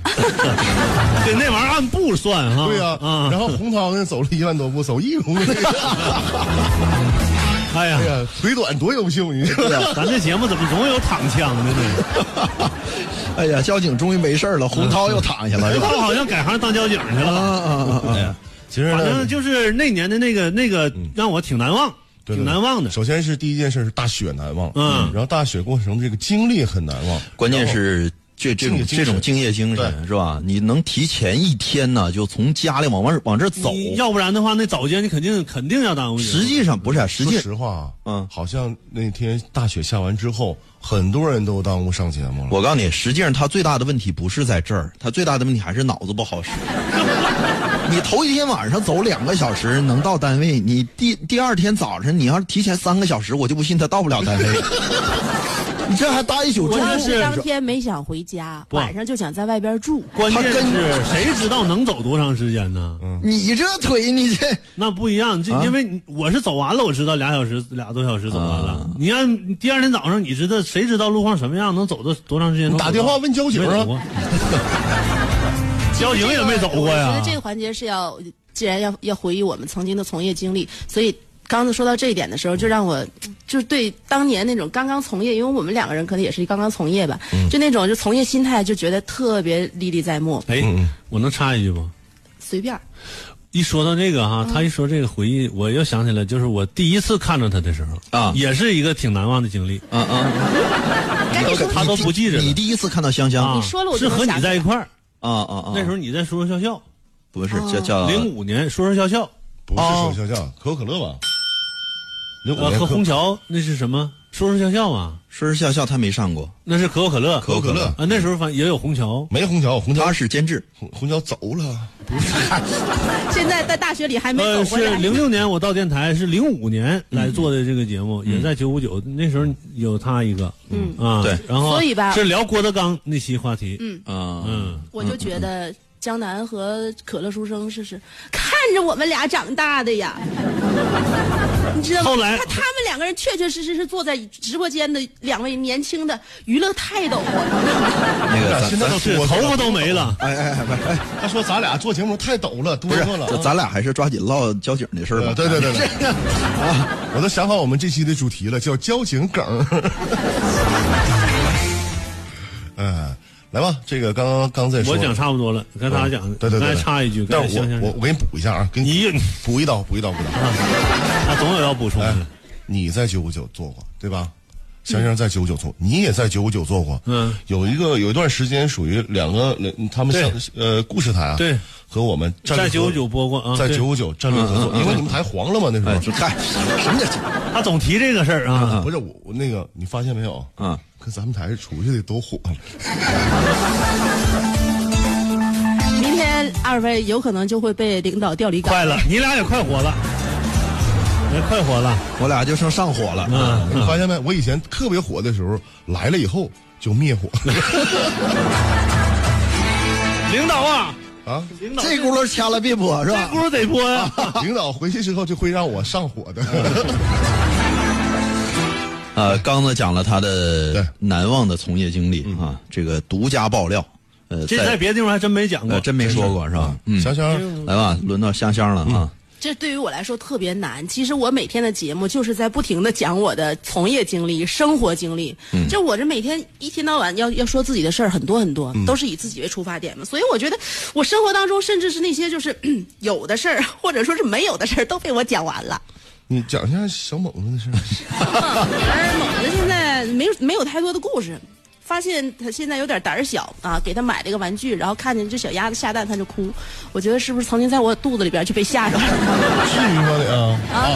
对那玩意儿按步算哈，
对呀、
啊，
然后洪涛呢走了一万多步，走一公 里，
哎
哎。
呀
啊 呀，腿短多优秀，你知道吗？
咱这节目怎么总有躺枪的呢？
哎呀，交警终于没事儿了，洪涛又躺下了，是吧
洪涛好像改行当交警去了
啊啊啊啊！
其实呢
反正就是那年的那个那个让我挺难忘，
对
挺难忘的。
首先是第一件事是大雪难忘，
嗯
然后大雪过程中这个经历很难忘，
关键是这这
敬
种
业精
这
神
种敬业精神是吧？你能提前一天呢，就从家里往往往这走，
你要不然的话，那早间你肯定肯定要耽误你。
实际上不是，啊实际
说实话，嗯，好像那天大雪下完之后，很多人都耽误上节目了。
我告诉你，实际上他最大的问题不是在这儿，他最大的问题还是脑子不好使。 你头一天晚上走两个小时能到单位，你第第二天早晨你要是提前三个小时，我就不信他到不了单位。 你这还搭一宿
我
中
当
午
时当天没想回家，
不
晚上就想在外边住。
关键
他跟
是谁知道能走多长时间呢？
你这腿，你这
那不一样，这
啊
因为你我是走完了，我知道俩小时俩多小时走完了。你让第二天早上，你知道谁知道路况什么样，能走多多长时间？
你打电话问交警啊
没走过， 交警也没走过
我觉
呀
得。这个环节是要，既然要要回忆我们曾经的从业经历，所以刚才说到这一点的时候，就让我就是对当年那种刚刚从业，因为我们两个人可能也是刚刚从业吧，
嗯
就那种就从业心态，就觉得特别历历在目。
哎，我能插一句吗？
随便儿，
一说到这个哈、
嗯
他一说这个回忆，我又想起来，就是我第一次看着他的时候啊，也是一个挺难忘的经历。
啊啊，
赶紧说
他都不记着了
你第一次看到香香，
啊
你说了我
是
就能
和你
想起
在
来
一块儿，
啊啊啊！
那时候你在说说笑笑，
不是叫叫
零五年说说笑笑，
啊
不是说笑笑，可口可乐吧？05
呃
年可
和虹桥那是什么？说说笑笑嘛，
说说笑笑，他没上过，
那是可口可乐，
可口可乐
啊，那时候反正也有虹桥，
没虹桥，虹
桥他是监制，
虹桥走了，
现在在大学里还没
呃
走过
是
来。
零六年我到电台，是零五年
嗯
来做的这个节目，也在九五九，那时候有他一个，
嗯
啊，
对
然后
所以吧
是聊郭德纲那期话题，
嗯
啊
嗯，
我就觉得江南和可乐书生是是看着我们俩长大的呀，你知道吗？
后来
他他们两个人确确实实是坐在直播间的两位年轻的娱乐泰斗啊。
那个咱
现在都
咱
多
头发都没了，
哎哎哎，不是哎，
他说咱俩做节目太抖了，多
不是
多了，
咱
啊。
咱俩还是抓紧唠交警的事儿吧
呃。对对对 对，啊！我都想好我们这期的主题了，叫交警梗儿。 嗯，来吧，这个刚刚刚在说，嗯
我讲差不多了，嗯跟他讲，
对对对，
刚才
对
插一句，
但
刚才
是
香香
我我我给你补一下啊，给你补一刀，补一刀，补一刀。
他总有要补充
哎
的，，
你在九五九做过对吧？香香在九五九做，你也在九五九做过。
嗯，
有一个有一段时间属于两个嗯他们
对
像呃故事台啊，
对，
和我们战
在
略合
959播过啊
在
对
九五九战略合作，
嗯嗯嗯
因为你们台黄了嘛那时
哎，
候。
就嗨，什么叫
他总提这个事儿啊，
不是我我那个，你发现没有？
嗯，
跟咱们台出去的都火了。
明天二位有可能就会被领导调离岗。
快了，你俩也快火了，
嗯
也快火了，
我俩就剩上火了。
嗯，
你发现没？我以前特别火的时候，来了以后就灭火
领导啊，
啊！
领导
这轱辘掐了别播是吧？
轱辘得播
啊
呀，
领导回去之后就会让我上火的。
呃，刚子讲了他的难忘的从业经历啊，这个独家爆料，呃，
这在别的地方还真没讲过
呃，真没说过是吧？嗯，
香香，
来吧，轮到香香了啊。
这对于我来说特别难。其实我每天的节目就是在不停的讲我的从业经历、生活经历。就我这每天一天到晚要要说自己的事儿很多很多，都是以自己为出发点嘛。所以我觉得我生活当中甚至是那些就是 有的事儿，或者说是没有的事儿，都被我讲完了。
你讲一下小猛子的事儿。
而猛子现在没有没有太多的故事，发现他现在有点胆儿小啊，给他买了一个玩具，然后看见这小鸭子下蛋，他就哭。我觉得是不是曾经在我肚子里边就被吓着了？
至于吗你啊？啊！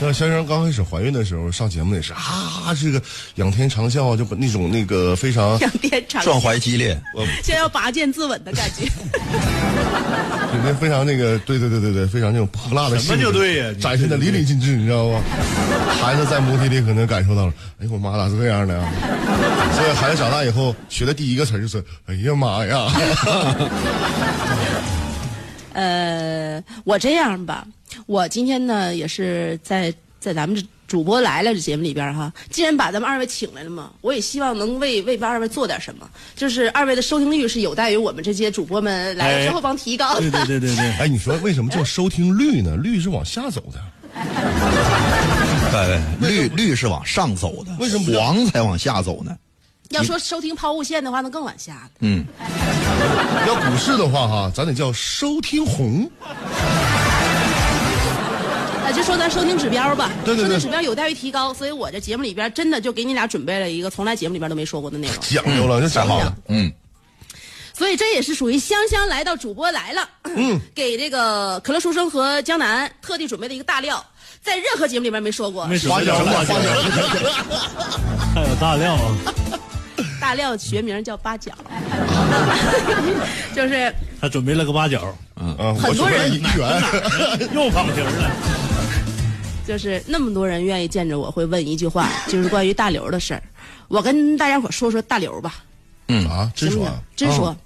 那香香刚开始怀孕的时候上节目也是啊，这个仰天长啸，就把那种那个非常
仰天长
壮
啸，
怀激烈，
像要拔剑自刎的感觉。
里面非常那个，对对对对对，非常那种泼辣的性格，
什么就对呀你
展现的淋漓尽致，你知道吗？孩子在母体里可能感受到了，哎呦我妈咋是这样的啊？所以孩子长大以后学的第一个词儿就是，哎呀妈呀！
呃，我这样吧，我今天呢也是在在咱们这主播来了这节目里边儿哈，既然把咱们二位请来了嘛，我也希望能为为二位做点什么，就是二位的收听率是有待于我们这些主播们来了之后帮提高的。
对对对对对，
哎，你说为什么叫收听率呢？率是往下走的，
对，绿绿是往上走的，
为什么不叫
黄才往下走呢？
要说收听抛物线的话，那更往下了。
嗯，要股市的话哈，咱得叫收听红。
啊，就说咱收听指标吧，
对对
收
对
听指标有待于提高，所以我这节目里边真的就给你俩准备了一个从来节目里边都没说过的内容。
讲究了，就讲好了。嗯，
所以这也是属于香香来到主播来了，嗯， 给这个可乐书生和江南特地准备的一个大料，在任何节目里边没说过。
花椒花椒，还有大料啊，
大料学名叫八角， 就是
他准备了个八角，嗯嗯
很多人
又跑题儿了。
就是那么多人愿意见着我，会问一句话，就是关于大刘的事儿。我跟大家伙说说大刘吧，
嗯啊，真说
行
啊
不行，真说
啊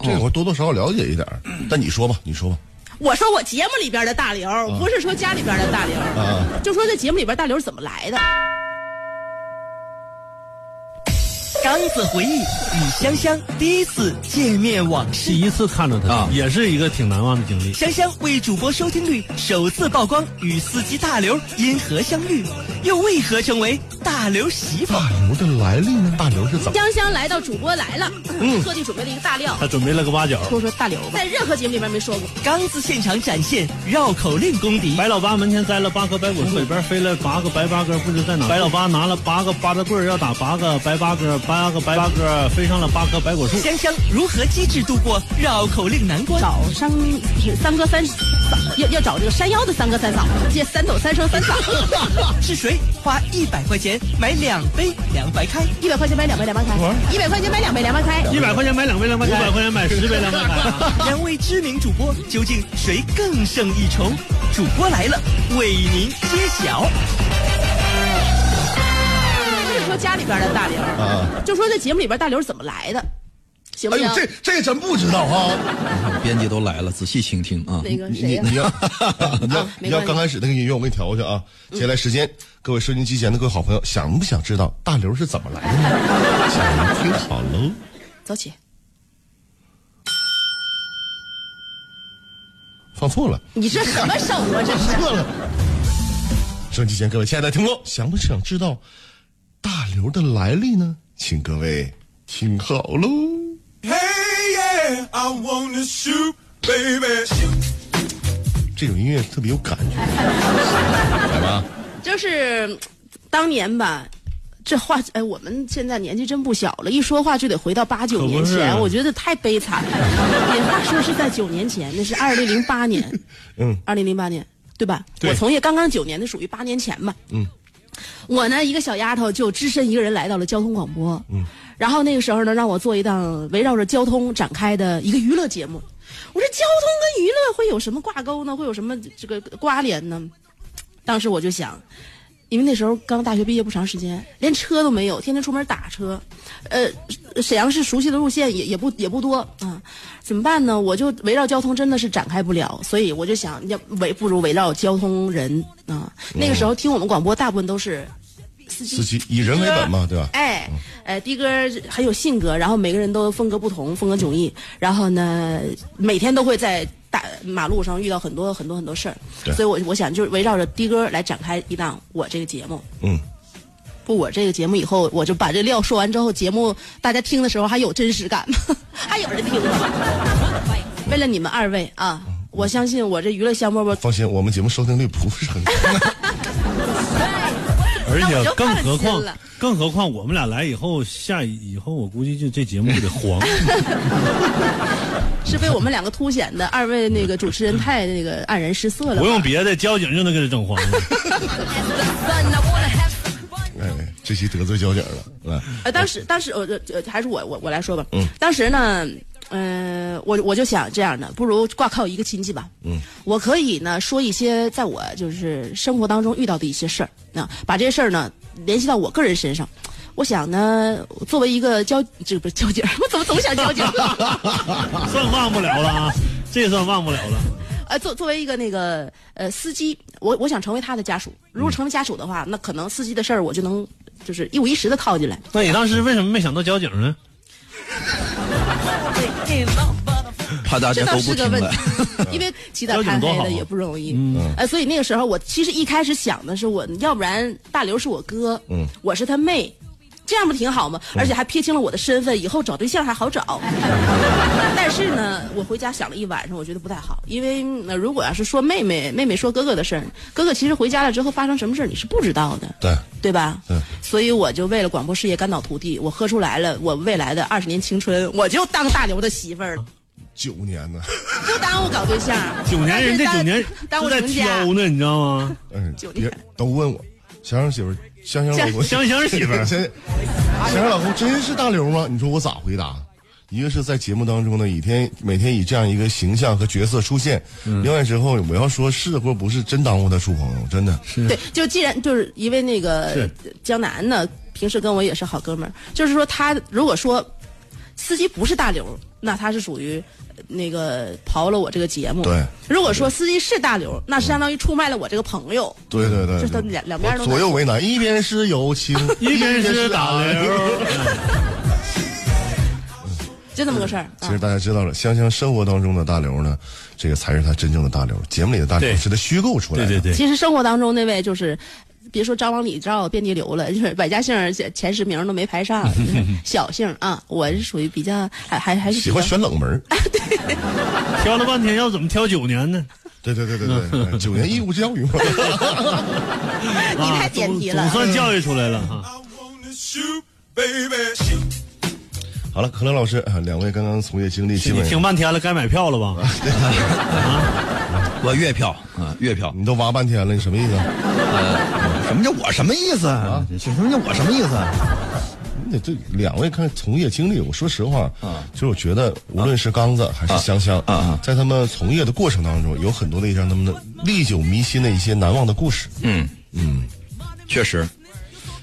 这个我多多少少了解一点儿，但你说吧，你说吧。
我说我节目里边的大刘，不是说家里边的大刘，
啊
就说这节目里边大刘是怎么来的。
刚子回忆与香香第一次见面往事。
第一次看着他，
啊
也是一个挺难忘的经历。
香香为主播收听率首次曝光，与司机大刘因何相遇？又为何成为大刘媳妇？
大刘的来历呢？大刘是怎么？
香香来到主播来了，
嗯
特地准备了一个大料，
准备了个八角
说说大刘吧，在任何节目里边没说过。
刚子现场展现绕口令功底。
白老八门前栽了八棵白果树，里边飞了八个白八哥，不知在哪。白老八拿了八个八大棍儿，要打八个白八哥，八个白八哥飞上了八棵白果树。
香香如何机智度过绕口令难关？
找三是三哥三嫂，要要找这个山腰的三哥三嫂，借三斗三生三嫂。
是谁花一百块钱买两杯凉白开？
一百块钱买两杯凉白开，一百块钱买两杯凉白开，
一百块钱买两杯凉白开，五百块钱买十杯凉 白开。
两位知名主播究竟谁更胜一筹？主播来了，为您揭晓。
就是说家里边的大刘，
啊，
就说这节目里边大刘是怎么来的，行不
哎
行？
呦，这这真不知道哈。
编辑都来了，仔细倾听啊。
那个
你
谁
你
呀 啊
你要你要
没
你
关
要
系
刚开始那个音乐我给你调过去啊。接下来时间，各位收音机前的各位好朋友，想不想知道大刘是怎么来的呢？想听好喽。
走起，
放错了。
你这什么手啊？这 是
错了。收音机前各位亲爱的听众，想不想知道大刘的来历呢？请各位听好喽。
Hey yeah, I wanna shoot, baby.
这种音乐特别有感觉，来吧。
就是嗯当年吧。这话，哎，我们现在年纪真不小了，一说话就得回到八九年
可不
前，
是
我觉得太悲惨了。你话说是在九年前，那是二零零八年，
嗯
二零零八年，对吧？
对
我从业刚刚九年，那属于八年前吧。
嗯，
我呢，一个小丫头就只身一个人来到了交通广播。嗯，然后那个时候呢，让我做一档围绕着交通展开的一个娱乐节目。我说交通跟娱乐会有什么挂钩呢？会有什么这个关联呢？当时我就想，因为那时候刚大学毕业不长时间，连车都没有，天天出门打车，呃，沈阳市熟悉的路线也也不也不多啊，怎么办呢？我就围绕交通真的是展开不了，所以我就想要围不如围绕交通人啊。那个时候听我们广播的大部分都是司机，
司机以人为本嘛，对吧？
哎，呃，的哥很有性格，然后每个人都风格不同，风格迥异。然后呢，每天都会在大马路上遇到很多很多很多事儿，
对
所以我我想就是围绕着的哥来展开一档我这个节目。
嗯，
不，我这个节目以后我就把这料说完之后，节目大家听的时候还有真实感吗？ 还有人听吗？为了你们二位啊，我相信我这娱乐香饽饽
放心，我们节目收听率不是很高。
而
那我
且
就
更何
放心
况
了，
更何况我们俩来以后，下以后我估计就这节目就得黄。
是被我们两个凸显的，二位那个主持人太那个黯然失色了吧。
不用别的，交警就能给他整黄了。
哎，这期得罪交警了，来，
呃，当时当时呃呃呃还是我我我来说吧。
嗯
当时呢，嗯、我我就想这样的，不如挂靠一个亲戚吧。
嗯，
我可以呢说一些在我就是生活当中遇到的一些事儿，啊，把这些事儿呢联系到我个人身上。我想呢，作为一个交这不是交警， 我怎么总想交 警？
算忘不了了啊，这算忘不了了。
呃，作作为一个那个呃司机，我我想成为他的家属。如
嗯
果成为家属的话，那可能司机的事儿我就能就是一五一十的套进来。
那你当时为什么没想到交警呢？
怕大
这
家
倒
都不
是个
听
问
了
题。，因为起 早
交警
贪
多
黑
好
的
啊
也不容易。
嗯
呃，所以那个时候我其实一开始想的是我，要不然大刘是我哥，
嗯
我是他妹，这样不挺好吗？而且还撇清了我的身份，以后找对象还好找。 但是呢，我回家想了一晚上，我觉得不太好，因为、呃如果要是说妹妹，妹妹说哥哥的事儿，哥哥其实回家了之后发生什么事儿你是不知道的，
对，
对吧？
嗯
对，
所以我就为了广播事业肝脑涂地，我喝出来了我未来的二十年青春，我就当大刘的媳妇儿了，
九年呢，
不耽误搞对象。
九年人这九年
耽
是
误
在
成家
挑呢，你知道吗？
嗯，别都问我，想想媳妇儿，想想老公，
想想媳 妇儿
想想想老公真是大刘吗？你说我咋回答？一个是在节目当中呢，以天每天以这样一个形象和角色出现，
嗯
另外之后我要说是或不是，真耽误他处朋友，真的是
对，就既然就是因为那个
是
江南呢，平时跟我也是好哥们儿，就是说他如果说司机不是大刘，那他是属于呃那个刨了我这个节目。
对
如果说司机是大刘，那相当于出卖了我这个朋友。
对对对，
就是他
对
两两边都
嗯左右为难，一边是友情，
一边是打
刘。
就这么个事儿。啊
其实大家知道了，香香生活当中的大刘呢，这个才是他真正的大刘。节目里的大刘是他虚构出来的。对对
其实生活当中那位就是。别说张王李赵遍地流了，就是百家姓儿前前十名都没排上，就是小姓儿啊，我是属于比较还还还是比
喜欢
较
选冷 门儿。
挑了半天，要怎么挑九年呢？
对对对对对，九年义务教育嘛。
啊你太点题了
总算教育出来了哈。
好了，可乐老师，啊两位刚刚从业经历基
你
本
听半天了，该买票 了吧？
啊我月票啊，月票，
你都挖半天了，你什么意思？啊
呃，什么叫我什么意思啊？什么叫我什么意思啊？
你这两位看从业经历，我说实话，啊，就是我觉得无论是刚子还是香香，啊，在他们从业的过程当中，有很多的让他们的历久弥新的一些难忘的故事。
嗯嗯，确实，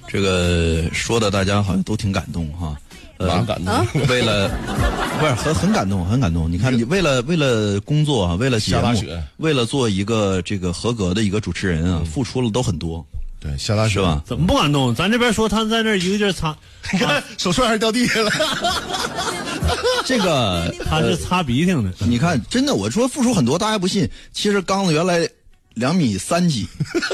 这个说的大家好像都挺感动哈。呃，
蛮感
动。 为了不是很很感动，很感动。你看，你为了为了工作啊，为了节
下大
目
雪，
为了做一个这个合格的一个主持人啊，
嗯
付出了都很多。
对，下大雪
是吧？
怎么不敢动？咱这边说他在那儿一个劲儿擦，
你看手串还掉地 下了。
这 个
他是擦鼻涕呢。
你看，真的，我说付出很多，大家不信。其实刚子原来两米三几，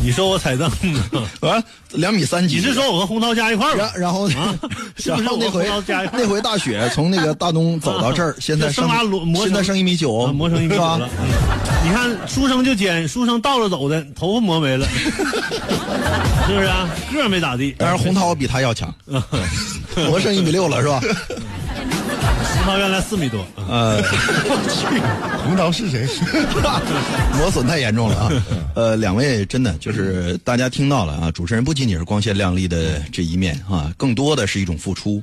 你说我踩凳子
啊？两米三几？
你是说我和红涛加一块儿 吧？
然后
啊，是不
然
是
后
我
那
和红
回
涛加一块儿？
那回大雪从那个大东走到这儿，现在
啊这
剩
生拉罗磨啊
现在剩一米九，
磨成一米
是
九
吧
了。嗯你看书生就尖，书生倒着走的，头发磨没了，是不是啊？个儿没咋地。
但是洪涛比他要强，
啊
我剩一米六了是吧？
洪涛原来四米多，嗯
呃，
洪涛是谁？
磨损太严重了啊！呃，两位真的就是大家听到了啊，主持人不仅仅是光鲜亮丽的这一面啊，更多的是一种付出。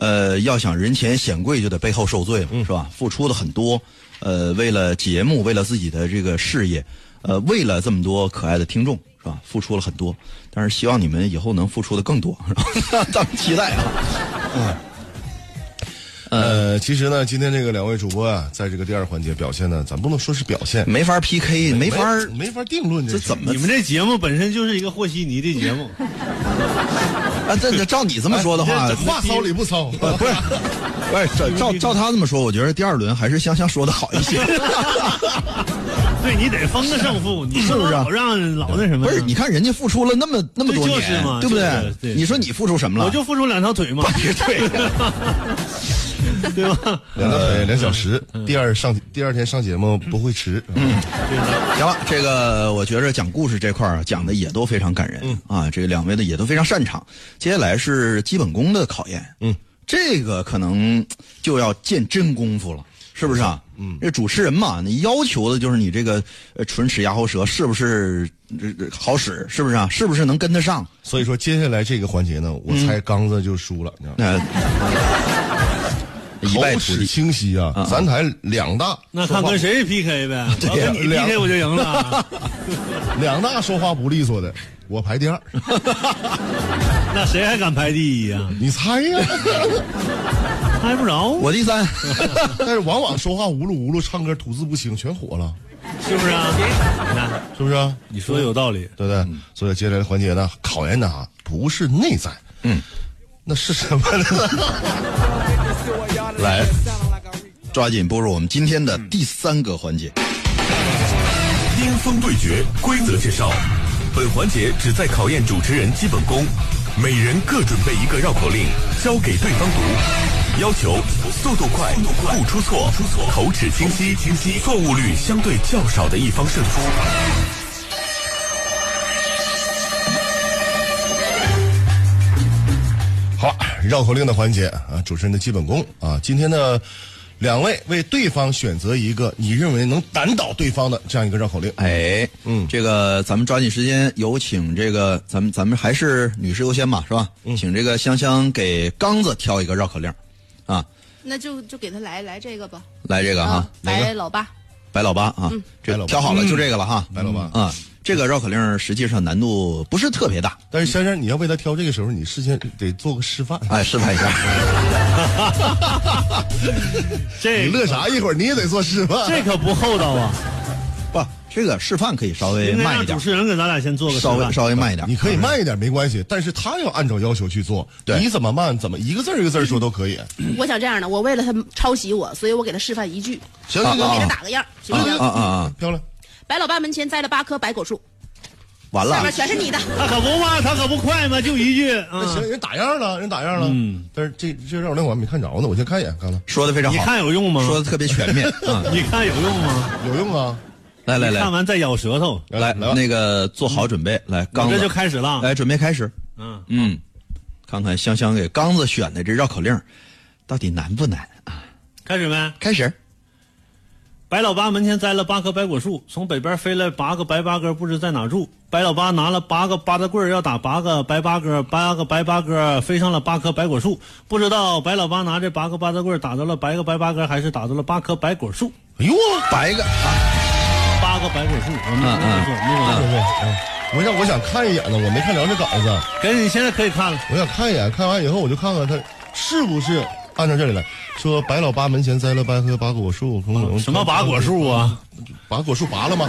呃，要想人前显贵，就得背后受罪嘛，是吧？付出的很多，呃，为了节目，为了自己的这个事业，呃，为了这么多可爱的听众，是吧？付出了很多，但是希望你们以后能付出的更多，是吧 咱们期待啊！
呃，其实呢，今天这个两位主播啊，在这个第二环节表现呢，咱不能说是表现，
没法 PK，没法儿
没法定论
这怎么
你们嗯这节目本身就是一个和稀泥的节 目，
啊？这这照你这么说的话，
这话糙理不糙。
呃不 不是，不是照照照他这么说，我觉得第二轮还是香香说的好 一些，
对你得分个胜负，你
是不是啊
老让老那什么？
不是？你看人家付出了那么那么多
对
年，
就是嘛
对不
就是对
你说你付出什么了？
我就付出两条腿嘛，
对，
对吧？
两条腿呃两小时，
嗯
第二上第二天上节目不会迟。嗯，
行了，这个我觉着讲故事这块儿啊讲的也都非常感人、
嗯
啊，这两位的也都非常擅长。接下来是基本功的考验，
嗯，
这个可能就要见真功夫了，是不是啊？嗯，这主持人嘛，你要求的就是你这个呃唇齿牙喉舌是不是这这好使，是不是啊？是不是能跟得上？
所以说接下来这个环节呢，我猜刚子就输了，你知道吗？
呃，
嗯
一败涂
口齿
地。
清晰啊，咱台两大
那看跟谁 PK 呗，我
呀
要跟你 PK 我就赢了，
两大说话不利索的，我排第二，
那谁还敢排第一呀？
你猜呀？
猜不着，
我第三，
但是往往说话无噜无噜，唱歌吐字不清，全火了，
是不是啊？你看，
是不是啊？
你说的有道理，嗯
对不对？所以接下来的环节呢，考验的啊不是内在，嗯，那是什么 呢？
来，抓紧步入我们今天的第三个环节。
巅峰对决，规则介绍。本环节旨在考验主持人基本功，每人各准备一个绕口令，交给对方读。要求速度快、不出错、口齿清晰、错误率相对较少的一方胜出。
好，绕口令的环节啊，主持人的基本功啊。今天呢，两位为对方选择一个你认为能打
难倒对方的这样一个绕口令。哎，嗯，这个咱们抓紧时间，有请这个咱们咱们还是女士优先吧，是吧？
嗯
请这个香香给刚子挑一个绕口令，啊，
那就就给他来来这个吧，
来这个哈，哪个
白老八，
白老八啊，
嗯
这
白老八
挑好了
嗯
就这个了哈，
白老八
啊，这个绕口令实际上难度不是特别大，
但是香香，你要为他挑这个时候，你事先得做个示范。
哎，示 范一下。
这
你乐啥？一会儿你也得做示 范。
这可不厚道啊！
不，这个示范可以稍微
应该让
慢一点，
主持人
给咱俩先做
个示
稍
范
微稍微慢一
啊
点，
你可以慢一点没关系，但是他要按照要求去做，你怎么慢怎么一个字儿一个字儿说都可以。
我想这样的，我为了他抄袭我，所以我给他示范一句，
行行行
我给他打个样，行不行？
啊啊！
啊漂亮，
白老八门前栽了八棵白果树，
完了
下面全是你的。
啊
他可不嘛，他可不快嘛，就一句。
那行，人打样了，人打样了。嗯，但是这这绕口令我还没看着呢，我先看一眼，看了。
说的非常好，
你看有用吗？
说的特别全面啊
你看有用吗？
有用啊！
来来来，
看完再咬舌头。
来那个做好准备，来刚子
这就开始了
来准备开始，
嗯
嗯，看看香香给刚子选的这绕口令儿到底难不难？
开始没？
开始。
白老八门前栽了八棵白果树，从北边飞来八个白八哥，不知在哪住。白老八拿了八个八大棍儿，要打八个白八哥，八个白八哥飞上了八棵白果树，不知道白老八拿这八个八大棍儿打到了白个白八哥，还是打到了八棵白果树？
哎呦，
白个
八个白果树，我没
嗯
没说没说
没说。我啊让我想看一眼呢，我没看着这稿子。
可是你现在可以看了。
我想看一眼，看完以后我就看看他是不是按照这里来说。白老八门前栽了八棵拔果树，
什么拔果树啊？
拔果树拔了吗？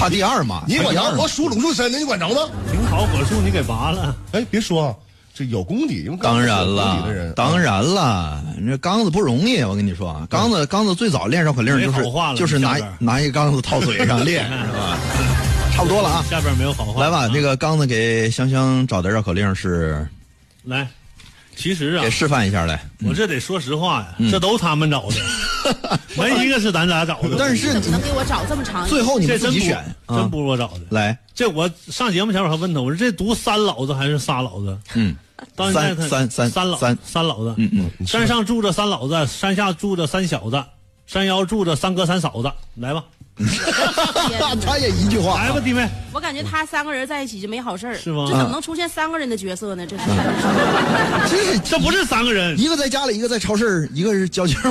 他第二嘛
你管着
他第二
我属龙树参的，你管着吗？
樱桃果树你给拔了？
哎，别说啊，这有功底，因为刚
当
才
然
是有功底的
了
人，
嗯
当然了，这刚子不容易，我跟你说啊，刚子刚子最早练绕口令就
没
是
好话了
就是
你下
拿
边
拿一缸子套嘴上练，是吧？差不多了啊，
下边没有好话。嗯
来吧，那个刚子给香香找的绕口令是
来，其实啊
给，示范一下来，
我这得说实话呀，
嗯
这都他们找的， 没一个是咱俩找的。
你怎么能给我找这么长一个？
这真不
啊
真不是我找的。
来，
这我上节目前我还问他，我说这读三老子还是仨老子？
嗯，
到现在他
三三
三老
三
三老子，
嗯嗯，
山上住着三老子，山下住着三小子，山腰住着三哥三嫂子。来吧，
他也一句话
来吧，弟妹，
我感觉他三个人在一起就没好事儿，
是吗
这怎
啊
么能出现三个人的角色呢？这是
嗯这是
这不是三个人，
一个在家里，一个在超市，一个是交警吗？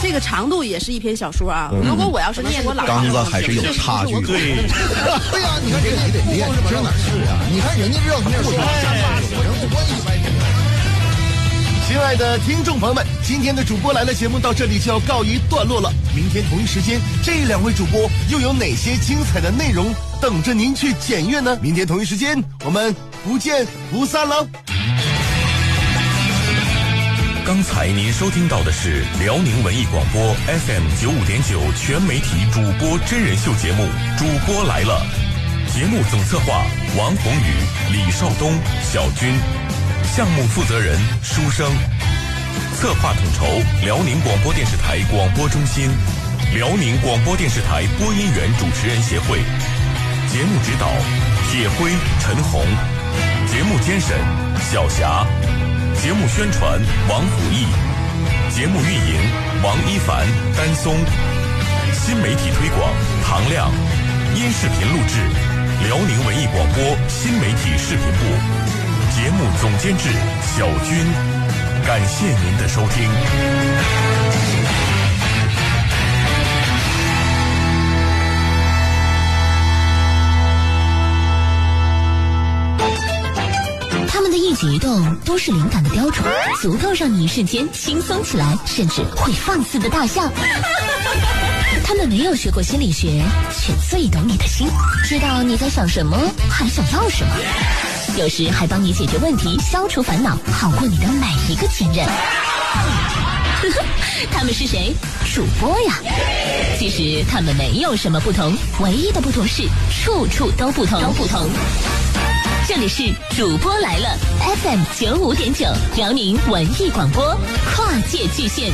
这个长度也是一篇小说啊。
嗯
如果我要是念我老
刚子还是有差距的。 对呀，你看人家你得你得你上哪儿去啊？你看人家这绕口令说
亲爱的听众朋友们，今天的主播来了节目到这里就要告一段落了。明天同一时间，这两位主播又有哪些精彩的内容等着您去检阅呢？明天同一时间，我们不见不散喽！
刚才您收听到的是辽宁文艺广播 FM 九五点九全媒体主播真人秀节目《主播来了》，节目总策划王宏宇、李少东、小军，项目负责人舒生，策划统筹辽宁广播电视台广播中心，辽宁广播电视台播音员主持人协会，节目指导铁辉、陈红，节目监审小霞，节目宣传王虎毅，节目运营王一凡、丹松，新媒体推广唐亮，音视频录制辽宁文艺广播新媒体视频部，节目总监制小军，感谢您的收听。
他们的一举一动都是灵感的雕虫，足够让你一瞬间轻松起来，甚至会放肆的大笑。 他们没有学过心理学，却最懂你的心，知道你在想什么，还想要什么，有时还帮你解决问题，消除烦恼，好过你的每一个前任。 他们是谁？主播呀。其实他们没有什么不同，唯一的不同是处处都不同。都不同。这里是主播来了 FM 九五点九，辽宁文艺广播，跨界巨献。